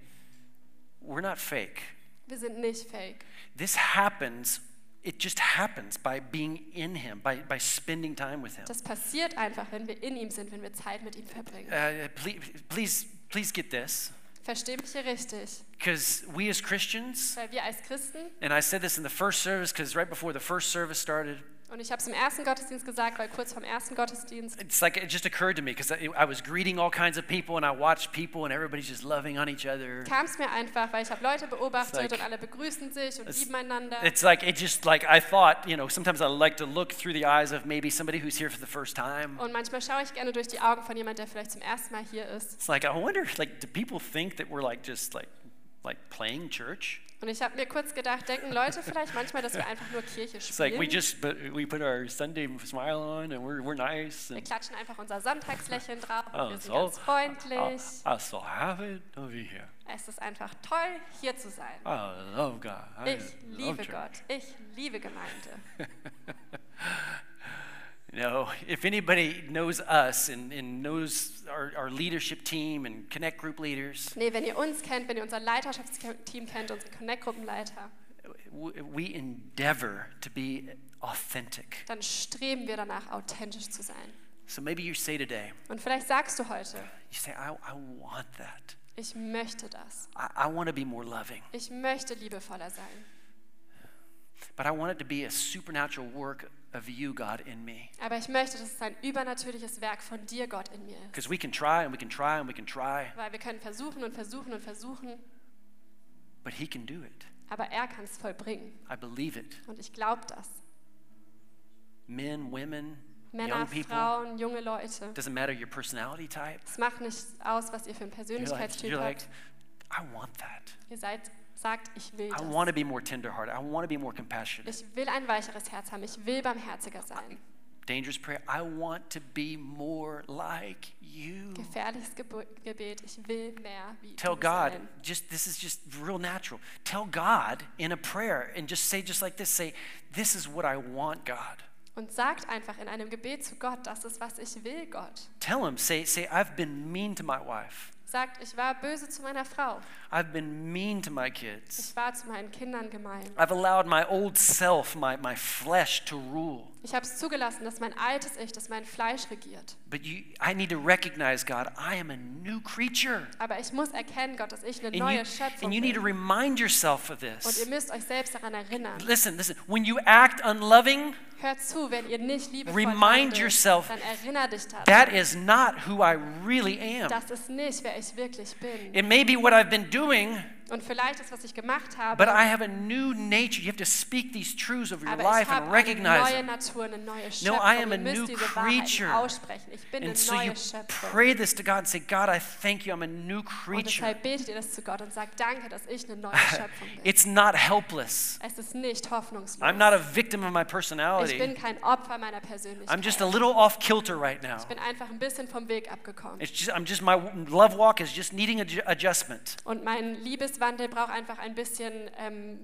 Speaker 1: We're not fake.
Speaker 2: Wir sind nicht fake.
Speaker 1: This happens, it just happens by being in him, by, by spending time with him.
Speaker 2: Das passiert einfach, wenn wir in ihm sind, wenn wir Zeit mit ihm verbringen.
Speaker 1: Uh, please, please, please get this,
Speaker 2: Versteh mich hier richtig.
Speaker 1: because we as Christians,
Speaker 2: Weil wir als Christen,
Speaker 1: and I said this in the first service, because right before the first service started,
Speaker 2: und ich habe es im ersten Gottesdienst gesagt, weil kurz vom ersten Gottesdienst,
Speaker 1: It's like it just occurred to me because I, I was greeting all kinds of people and I watched people and everybody's just loving on each other.
Speaker 2: kam es mir einfach, weil ich habe Leute
Speaker 1: It's
Speaker 2: beobachtet
Speaker 1: like-
Speaker 2: und alle begrüßen sich und
Speaker 1: It's-
Speaker 2: lieben einander.
Speaker 1: It's like it just like I thought, you know, sometimes I like to look through the eyes of maybe somebody who's here for the first time.
Speaker 2: Und manchmal schaue ich gerne durch die Augen von jemandem, der vielleicht zum ersten Mal hier ist.
Speaker 1: It's like I wonder like do people think that we're like just like like playing church?
Speaker 2: Und ich habe mir kurz gedacht, denken Leute vielleicht manchmal, dass wir einfach nur Kirche
Speaker 1: It's like
Speaker 2: spielen.
Speaker 1: we just but we put our Sunday smile on and we're we're nice
Speaker 2: wir
Speaker 1: and
Speaker 2: klatschen einfach unser Sonntagslächeln drauf.
Speaker 1: oh,
Speaker 2: wir sind
Speaker 1: so
Speaker 2: ganz
Speaker 1: I,
Speaker 2: freundlich.
Speaker 1: I so happy to be here.
Speaker 2: Es ist einfach toll, hier zu sein.
Speaker 1: I love God. I
Speaker 2: Ich
Speaker 1: love
Speaker 2: liebe
Speaker 1: church.
Speaker 2: Gott. Ich liebe Gemeinde.
Speaker 1: *laughs* No, if anybody knows us and, and knows our, our leadership team and Connect group leaders,
Speaker 2: Nee, wenn ihr uns kennt, wenn ihr unser Leiterschaftsteam kennt, unsere Connect-Gruppenleiter,
Speaker 1: w- we endeavor to be authentic.
Speaker 2: dann streben wir danach, authentisch zu sein.
Speaker 1: So maybe you say today,
Speaker 2: Und vielleicht sagst du heute,
Speaker 1: you say, I, I want that.
Speaker 2: ich möchte das.
Speaker 1: I, I want to be more loving,
Speaker 2: Ich möchte liebevoller sein.
Speaker 1: but I want it to be a supernatural work of you, God, in me.
Speaker 2: Aber ich möchte, dass es ein übernatürliches Werk von dir, Gott, in mir ist.
Speaker 1: Because we can try and we can try and we can try,
Speaker 2: Weil wir können versuchen und versuchen und versuchen,
Speaker 1: but He can do it.
Speaker 2: aber er kann es vollbringen.
Speaker 1: I believe it.
Speaker 2: Und ich glaube das.
Speaker 1: Men, women,
Speaker 2: Männer,
Speaker 1: young people,
Speaker 2: Frauen, junge Leute.
Speaker 1: doesn't matter your personality type.
Speaker 2: Es macht nicht aus, was ihr für einen
Speaker 1: You're like,
Speaker 2: Persönlichkeitstyp
Speaker 1: you're like,
Speaker 2: habt.
Speaker 1: I want that.
Speaker 2: Ihr seid, sagt, ich will
Speaker 1: I want to
Speaker 2: das.
Speaker 1: be more tenderhearted. I want to be more compassionate.
Speaker 2: Ich will ein weicheres Herz haben. Ich will barmherziger sein.
Speaker 1: Dangerous prayer. I want to be more like you.
Speaker 2: Gefährliches Gebu- Gebet. Ich will mehr wie
Speaker 1: Mm. Tell
Speaker 2: du
Speaker 1: God,
Speaker 2: sein.
Speaker 1: just this is just real natural. Tell God in a prayer and just say just like this, say, this is what I want, God.
Speaker 2: Und sagt einfach in einem Gebet zu Gott, das ist, was ich will, Gott.
Speaker 1: Tell him, say, say, I've been mean to my wife.
Speaker 2: Sagt, ich war böse zu meiner Frau.
Speaker 1: I've been mean to my kids.
Speaker 2: Ich war zu meinen Kindern gemein.
Speaker 1: I've allowed my old self, my, my flesh to rule.
Speaker 2: Ich habe es zugelassen, dass mein altes Ich, dass mein Fleisch regiert.
Speaker 1: But you I need to recognize, God, I am a new creature.
Speaker 2: Aber ich muss erkennen, Gott, dass ich eine
Speaker 1: And
Speaker 2: neue
Speaker 1: you,
Speaker 2: Schöpfung
Speaker 1: and you need to
Speaker 2: bin.
Speaker 1: remind yourself of
Speaker 2: Und ihr
Speaker 1: this.
Speaker 2: müsst euch selbst daran erinnern.
Speaker 1: Listen, listen. When you act unloving,
Speaker 2: Hört zu, wenn ihr nicht liebevoll
Speaker 1: Remind
Speaker 2: handelt,
Speaker 1: yourself,
Speaker 2: dann erinnere dich daran.
Speaker 1: that is not who I really am.
Speaker 2: das ist nicht, wer ich wirklich bin.
Speaker 1: It may be what I've been doing,
Speaker 2: Und vielleicht das, was ich gemacht habe,
Speaker 1: But I have a new nature. You have to speak these truths of your
Speaker 2: aber
Speaker 1: life
Speaker 2: ich habe
Speaker 1: and
Speaker 2: eine
Speaker 1: recognize
Speaker 2: neue
Speaker 1: it.
Speaker 2: Natur, eine neue
Speaker 1: No,
Speaker 2: Schöpfung.
Speaker 1: I am a
Speaker 2: Ihr müsst
Speaker 1: new
Speaker 2: diese Wahrheiten
Speaker 1: creature.
Speaker 2: aussprechen. Ich bin eine
Speaker 1: And so you
Speaker 2: neue Schöpfung.
Speaker 1: pray this to God and say, God, I thank you. I'm a new
Speaker 2: Und
Speaker 1: creature.
Speaker 2: deshalb betet ihr das zu Gott und sagt, danke, dass ich eine neue Schöpfung bin.
Speaker 1: *laughs* It's not helpless.
Speaker 2: es ist nicht hoffnungslos.
Speaker 1: I'm not a victim of my
Speaker 2: ich bin
Speaker 1: personality.
Speaker 2: kein Opfer meiner Persönlichkeit.
Speaker 1: I'm just a little off kilter right now.
Speaker 2: ich bin einfach ein bisschen vom Weg abgekommen.
Speaker 1: It's just, I'm just my love walk is just needing adju- adjustment,
Speaker 2: und mein Liebeswandel braucht einfach ein bisschen ähm,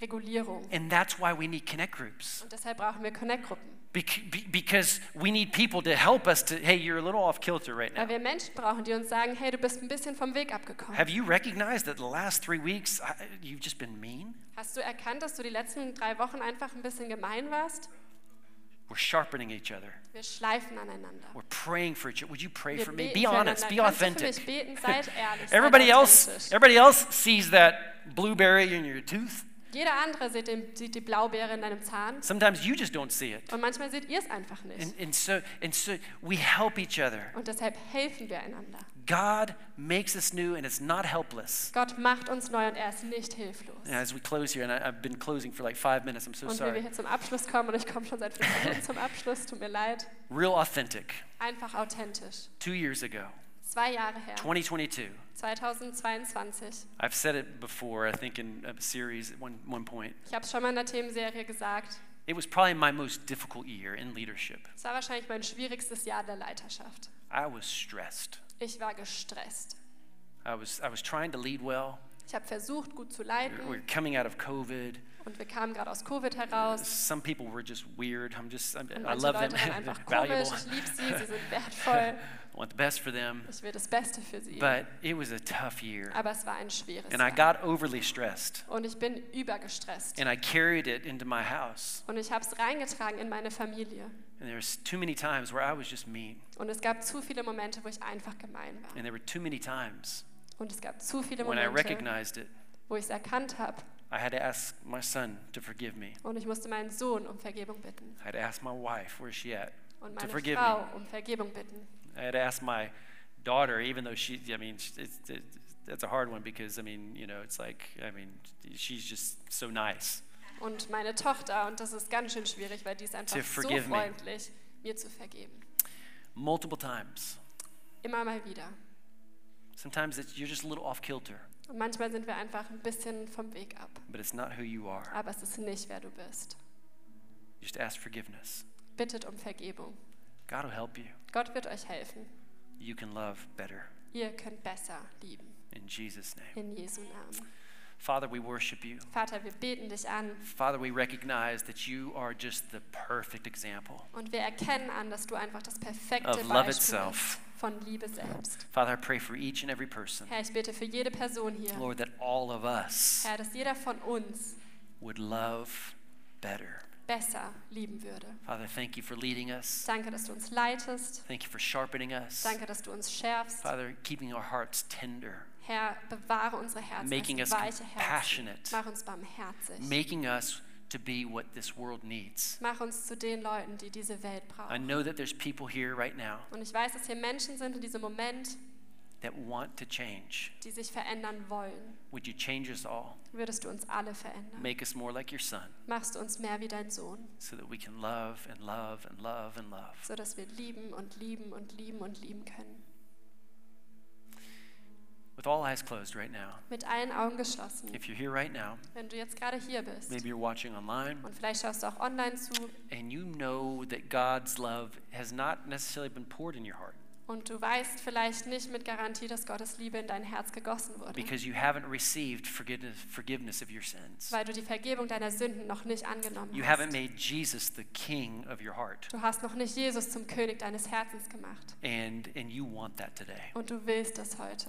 Speaker 2: Regulierung.
Speaker 1: and that's why we need connect groups
Speaker 2: Und deshalb brauchen wir Connect-Gruppen.
Speaker 1: Bec- be- because we need people to help us to. Hey, you're a little off kilter right now.
Speaker 2: Weil wir Menschen brauchen, die uns sagen, hey, du bist ein bisschen vom Weg abgekommen.
Speaker 1: Have you recognized that the last three weeks I, you've just been mean?
Speaker 2: Hast du erkannt, dass du die letzten drei Wochen einfach ein bisschen gemein warst?
Speaker 1: We're sharpening each other.
Speaker 2: Wir schleifen aneinander.
Speaker 1: We're praying for each other. Would you pray
Speaker 2: Wir
Speaker 1: for me?
Speaker 2: beten
Speaker 1: Be
Speaker 2: füreinander.
Speaker 1: honest. Be
Speaker 2: Kannst du für
Speaker 1: authentic.
Speaker 2: mich beten?
Speaker 1: *laughs*
Speaker 2: Seid ehrlich, seid
Speaker 1: Everybody else,
Speaker 2: authentisch.
Speaker 1: everybody else sees that blueberry in your tooth.
Speaker 2: Jeder andere sieht, den, sieht die Blaubeere in deinem Zahn
Speaker 1: Sometimes you just don't see it.
Speaker 2: und manchmal seht ihr es einfach
Speaker 1: And,
Speaker 2: nicht.
Speaker 1: and so and so we help each other.
Speaker 2: Und deshalb helfen wir einander.
Speaker 1: God makes us new and it's not helpless.
Speaker 2: Gott macht uns neu und er ist nicht hilflos.
Speaker 1: And as we close here, and I, I've been closing for like five minutes, I'm so
Speaker 2: Und wie wir
Speaker 1: sorry.
Speaker 2: hier zum Abschluss kommen, und ich komme schon seit fünf Minuten zum Abschluss, tut mir leid,
Speaker 1: Real authentic.
Speaker 2: einfach authentisch.
Speaker 1: Two years ago,
Speaker 2: Zwei Jahre her,
Speaker 1: 2022.
Speaker 2: 2022.
Speaker 1: I've said it before, I think in a series at one, one point.
Speaker 2: Ich habe es schon mal in der Themenserie gesagt.
Speaker 1: It was probably my most difficult year in leadership.
Speaker 2: Es war wahrscheinlich mein schwierigstes Jahr der Leiterschaft.
Speaker 1: I was stressed.
Speaker 2: Ich war gestresst.
Speaker 1: I was, I was trying to lead well.
Speaker 2: Ich habe versucht, gut zu
Speaker 1: We
Speaker 2: leiten
Speaker 1: were coming out of COVID.
Speaker 2: und wir kamen gerade aus Covid heraus.
Speaker 1: Some people were just weird. I'm just, I'm,
Speaker 2: Und
Speaker 1: I
Speaker 2: manche
Speaker 1: love
Speaker 2: Leute
Speaker 1: them. *laughs*
Speaker 2: waren einfach
Speaker 1: Valuable.
Speaker 2: komisch. Ich liebe sie,
Speaker 1: *laughs*
Speaker 2: sie sind wertvoll.
Speaker 1: I want the best for them.
Speaker 2: Ich will das Beste für sie.
Speaker 1: But it was a tough year.
Speaker 2: Aber es war ein schwieriges
Speaker 1: And I
Speaker 2: Jahr.
Speaker 1: got overly stressed.
Speaker 2: Und ich bin übergestresst.
Speaker 1: And I carried it into my house.
Speaker 2: Und ich habe es reingetragen in meine Familie.
Speaker 1: And there's too many times where I was just mean.
Speaker 2: Und es gab zu viele Momente, wo ich einfach gemein war.
Speaker 1: And there were too many times
Speaker 2: Und es gab zu viele
Speaker 1: when I
Speaker 2: Momente,
Speaker 1: recognized it.
Speaker 2: wo ich es erkannt habe.
Speaker 1: I had to ask my son to forgive me.
Speaker 2: Und ich musste meinen Sohn um Vergebung bitten.
Speaker 1: I had to ask my wife, where's she at,
Speaker 2: Und
Speaker 1: to
Speaker 2: meine
Speaker 1: forgive me.
Speaker 2: Frau um Vergebung bitten.
Speaker 1: I had asked my daughter, even though she, I mean, sh- it's, it's, that's a hard one because, I mean, you know, it's like, I mean, she's just so nice.
Speaker 2: Und meine Tochter, und das ist ganz schön schwierig, weil die ist einfach
Speaker 1: To
Speaker 2: so
Speaker 1: forgive me.
Speaker 2: freundlich, mir zu vergeben.
Speaker 1: Multiple times.
Speaker 2: Immer mal wieder.
Speaker 1: Sometimes it's, you're just a little off kilter,
Speaker 2: Und manchmal sind wir einfach ein bisschen vom Weg ab.
Speaker 1: but it's not who you are.
Speaker 2: Aber es ist nicht, wer du bist.
Speaker 1: Just ask forgiveness.
Speaker 2: Bittet um Vergebung.
Speaker 1: God will help you.
Speaker 2: Gott wird euch helfen.
Speaker 1: You can love better.
Speaker 2: Ihr könnt besser lieben.
Speaker 1: In Jesus' name.
Speaker 2: In Jesu Namen.
Speaker 1: Father, we worship you.
Speaker 2: Vater, wir beten dich an
Speaker 1: Father, we recognize that you are just the perfect example.
Speaker 2: und wir erkennen an, dass du einfach das perfekte
Speaker 1: Of love
Speaker 2: Beispiel
Speaker 1: itself.
Speaker 2: bist von Liebe selbst.
Speaker 1: Father, I pray for each and every person,
Speaker 2: Herr, ich bete für jede Person hier,
Speaker 1: Lord, that all of us
Speaker 2: Herr, dass jeder von uns
Speaker 1: would love better.
Speaker 2: besser lieben würde.
Speaker 1: Father, thank you for leading us.
Speaker 2: Danke, dass du uns leitest.
Speaker 1: Thank you for sharpening us.
Speaker 2: Danke, dass du uns schärfst.
Speaker 1: Father, keeping our hearts tender,
Speaker 2: Herr, bewahre unsere Herzen. als
Speaker 1: Making us
Speaker 2: weiche Herzen.
Speaker 1: compassionate.
Speaker 2: Mach uns barmherzig.
Speaker 1: making us to be what this world needs.
Speaker 2: Mach uns zu den Leuten, die diese Welt
Speaker 1: I
Speaker 2: brauchen.
Speaker 1: know that there's people here right now
Speaker 2: Und ich weiß, dass hier Menschen sind in diesem Moment,
Speaker 1: that want to change.
Speaker 2: die sich verändern wollen.
Speaker 1: Would you change us all?
Speaker 2: Würdest du uns alle verändern?
Speaker 1: Make us more like your son
Speaker 2: Machst du uns mehr wie dein Sohn,
Speaker 1: so that we can love and love and love and love.
Speaker 2: sodass wir lieben und lieben und lieben und lieben können.
Speaker 1: With all eyes closed right now,
Speaker 2: Mit allen Augen geschlossen.
Speaker 1: if you're here right now,
Speaker 2: Wenn du jetzt gerade hier bist
Speaker 1: maybe you're watching online
Speaker 2: und vielleicht schaust du auch online zu
Speaker 1: and you know that God's love has not necessarily been poured in your heart
Speaker 2: und du weißt vielleicht nicht mit Garantie, dass Gottes Liebe in dein Herz gegossen wurde,
Speaker 1: because you haven't received forgiveness, forgiveness of your sins.
Speaker 2: weil du die Vergebung deiner Sünden noch nicht angenommen
Speaker 1: You haven't
Speaker 2: hast.
Speaker 1: made Jesus the king of your heart.
Speaker 2: Du hast noch nicht Jesus zum König deines Herzens gemacht
Speaker 1: And and you want that today.
Speaker 2: und du willst das heute.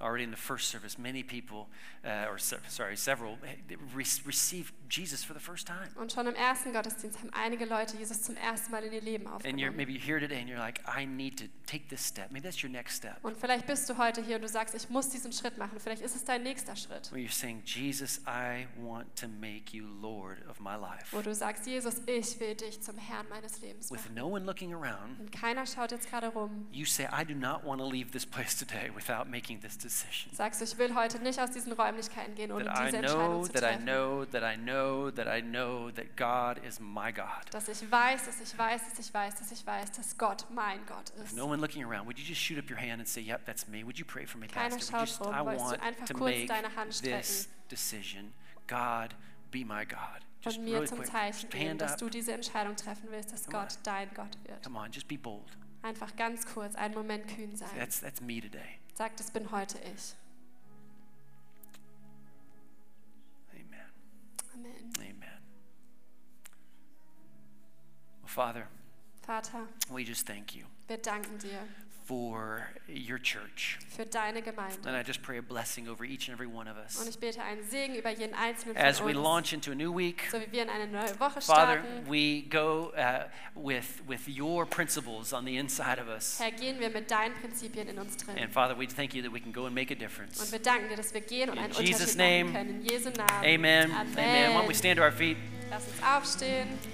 Speaker 1: Already in the first service, many people, uh, or se- sorry, several, eh, re- received Jesus for the first time.
Speaker 2: Und schon im ersten Gottesdienst haben einige Leute Jesus zum ersten Mal in ihr Leben
Speaker 1: And you're
Speaker 2: aufgenommen.
Speaker 1: maybe you're here today, and you're like, I need to take this step. Maybe that's your next step.
Speaker 2: Und vielleicht bist du heute hier und du sagst, ich muss diesen Schritt machen. Vielleicht ist es dein nächster Schritt.
Speaker 1: Where you're saying, Jesus, I want to make you Lord of my life.
Speaker 2: wo du sagst, Jesus, ich will dich zum Herrn meines Lebens
Speaker 1: With
Speaker 2: machen.
Speaker 1: no one looking around,
Speaker 2: Und keiner schaut jetzt gerade rum.
Speaker 1: you say, I do not want to leave this place today without making this decision.
Speaker 2: Sagst du, ich will heute nicht aus diesen Räumlichkeiten gehen, ohne
Speaker 1: That I
Speaker 2: diese Entscheidung
Speaker 1: know,
Speaker 2: zu
Speaker 1: that I
Speaker 2: treffen.
Speaker 1: know, that I know, that I know that God is my God.
Speaker 2: Dass ich weiß, dass ich weiß, dass ich weiß, dass ich weiß, dass Gott mein Gott
Speaker 1: There's
Speaker 2: ist.
Speaker 1: no one looking around. Would you just shoot up your hand and say, "Yep, that's me"? Would you pray for me,
Speaker 2: Keiner
Speaker 1: Pastor? Would you
Speaker 2: schaut
Speaker 1: just,
Speaker 2: rum.
Speaker 1: I
Speaker 2: Wolltest du
Speaker 1: want
Speaker 2: einfach
Speaker 1: to
Speaker 2: kurz
Speaker 1: make
Speaker 2: deine Hand
Speaker 1: this
Speaker 2: strecken?
Speaker 1: decision. God, be my God. Just
Speaker 2: Von mir
Speaker 1: really
Speaker 2: zum
Speaker 1: quick,
Speaker 2: Zeichen geben,
Speaker 1: stand
Speaker 2: dass
Speaker 1: up.
Speaker 2: du diese Entscheidung treffen willst, dass
Speaker 1: Come on.
Speaker 2: Gott dein Gott wird.
Speaker 1: Come on, just be bold.
Speaker 2: Einfach ganz kurz, einen Moment kühn sein.
Speaker 1: That's that's me today.
Speaker 2: Sag, das bin heute ich.
Speaker 1: Amen.
Speaker 2: Amen.
Speaker 1: Amen. Well, Father,
Speaker 2: Vater,
Speaker 1: we just thank you
Speaker 2: wir danken dir
Speaker 1: for your church.
Speaker 2: für deine Gemeinde.
Speaker 1: And I just pray a blessing over each and every one of
Speaker 2: Und
Speaker 1: us.
Speaker 2: ich bete einen Segen über jeden einzelnen
Speaker 1: As we
Speaker 2: von uns.
Speaker 1: launch into a new week,
Speaker 2: so wie wir in eine neue Woche
Speaker 1: Father,
Speaker 2: starten,
Speaker 1: we go uh, with, with your principles on the inside of us.
Speaker 2: Herr, gehen wir mit deinen Prinzipien in uns drin.
Speaker 1: And Father, we thank you that we can go and make a
Speaker 2: Und
Speaker 1: difference.
Speaker 2: wir danken dir, dass wir gehen und
Speaker 1: In
Speaker 2: einen
Speaker 1: Jesus'
Speaker 2: Unterschied
Speaker 1: name.
Speaker 2: machen können. In Jesu Namen.
Speaker 1: Amen. Amen. Why don't we stand to our feet?
Speaker 2: Lass uns aufstehen.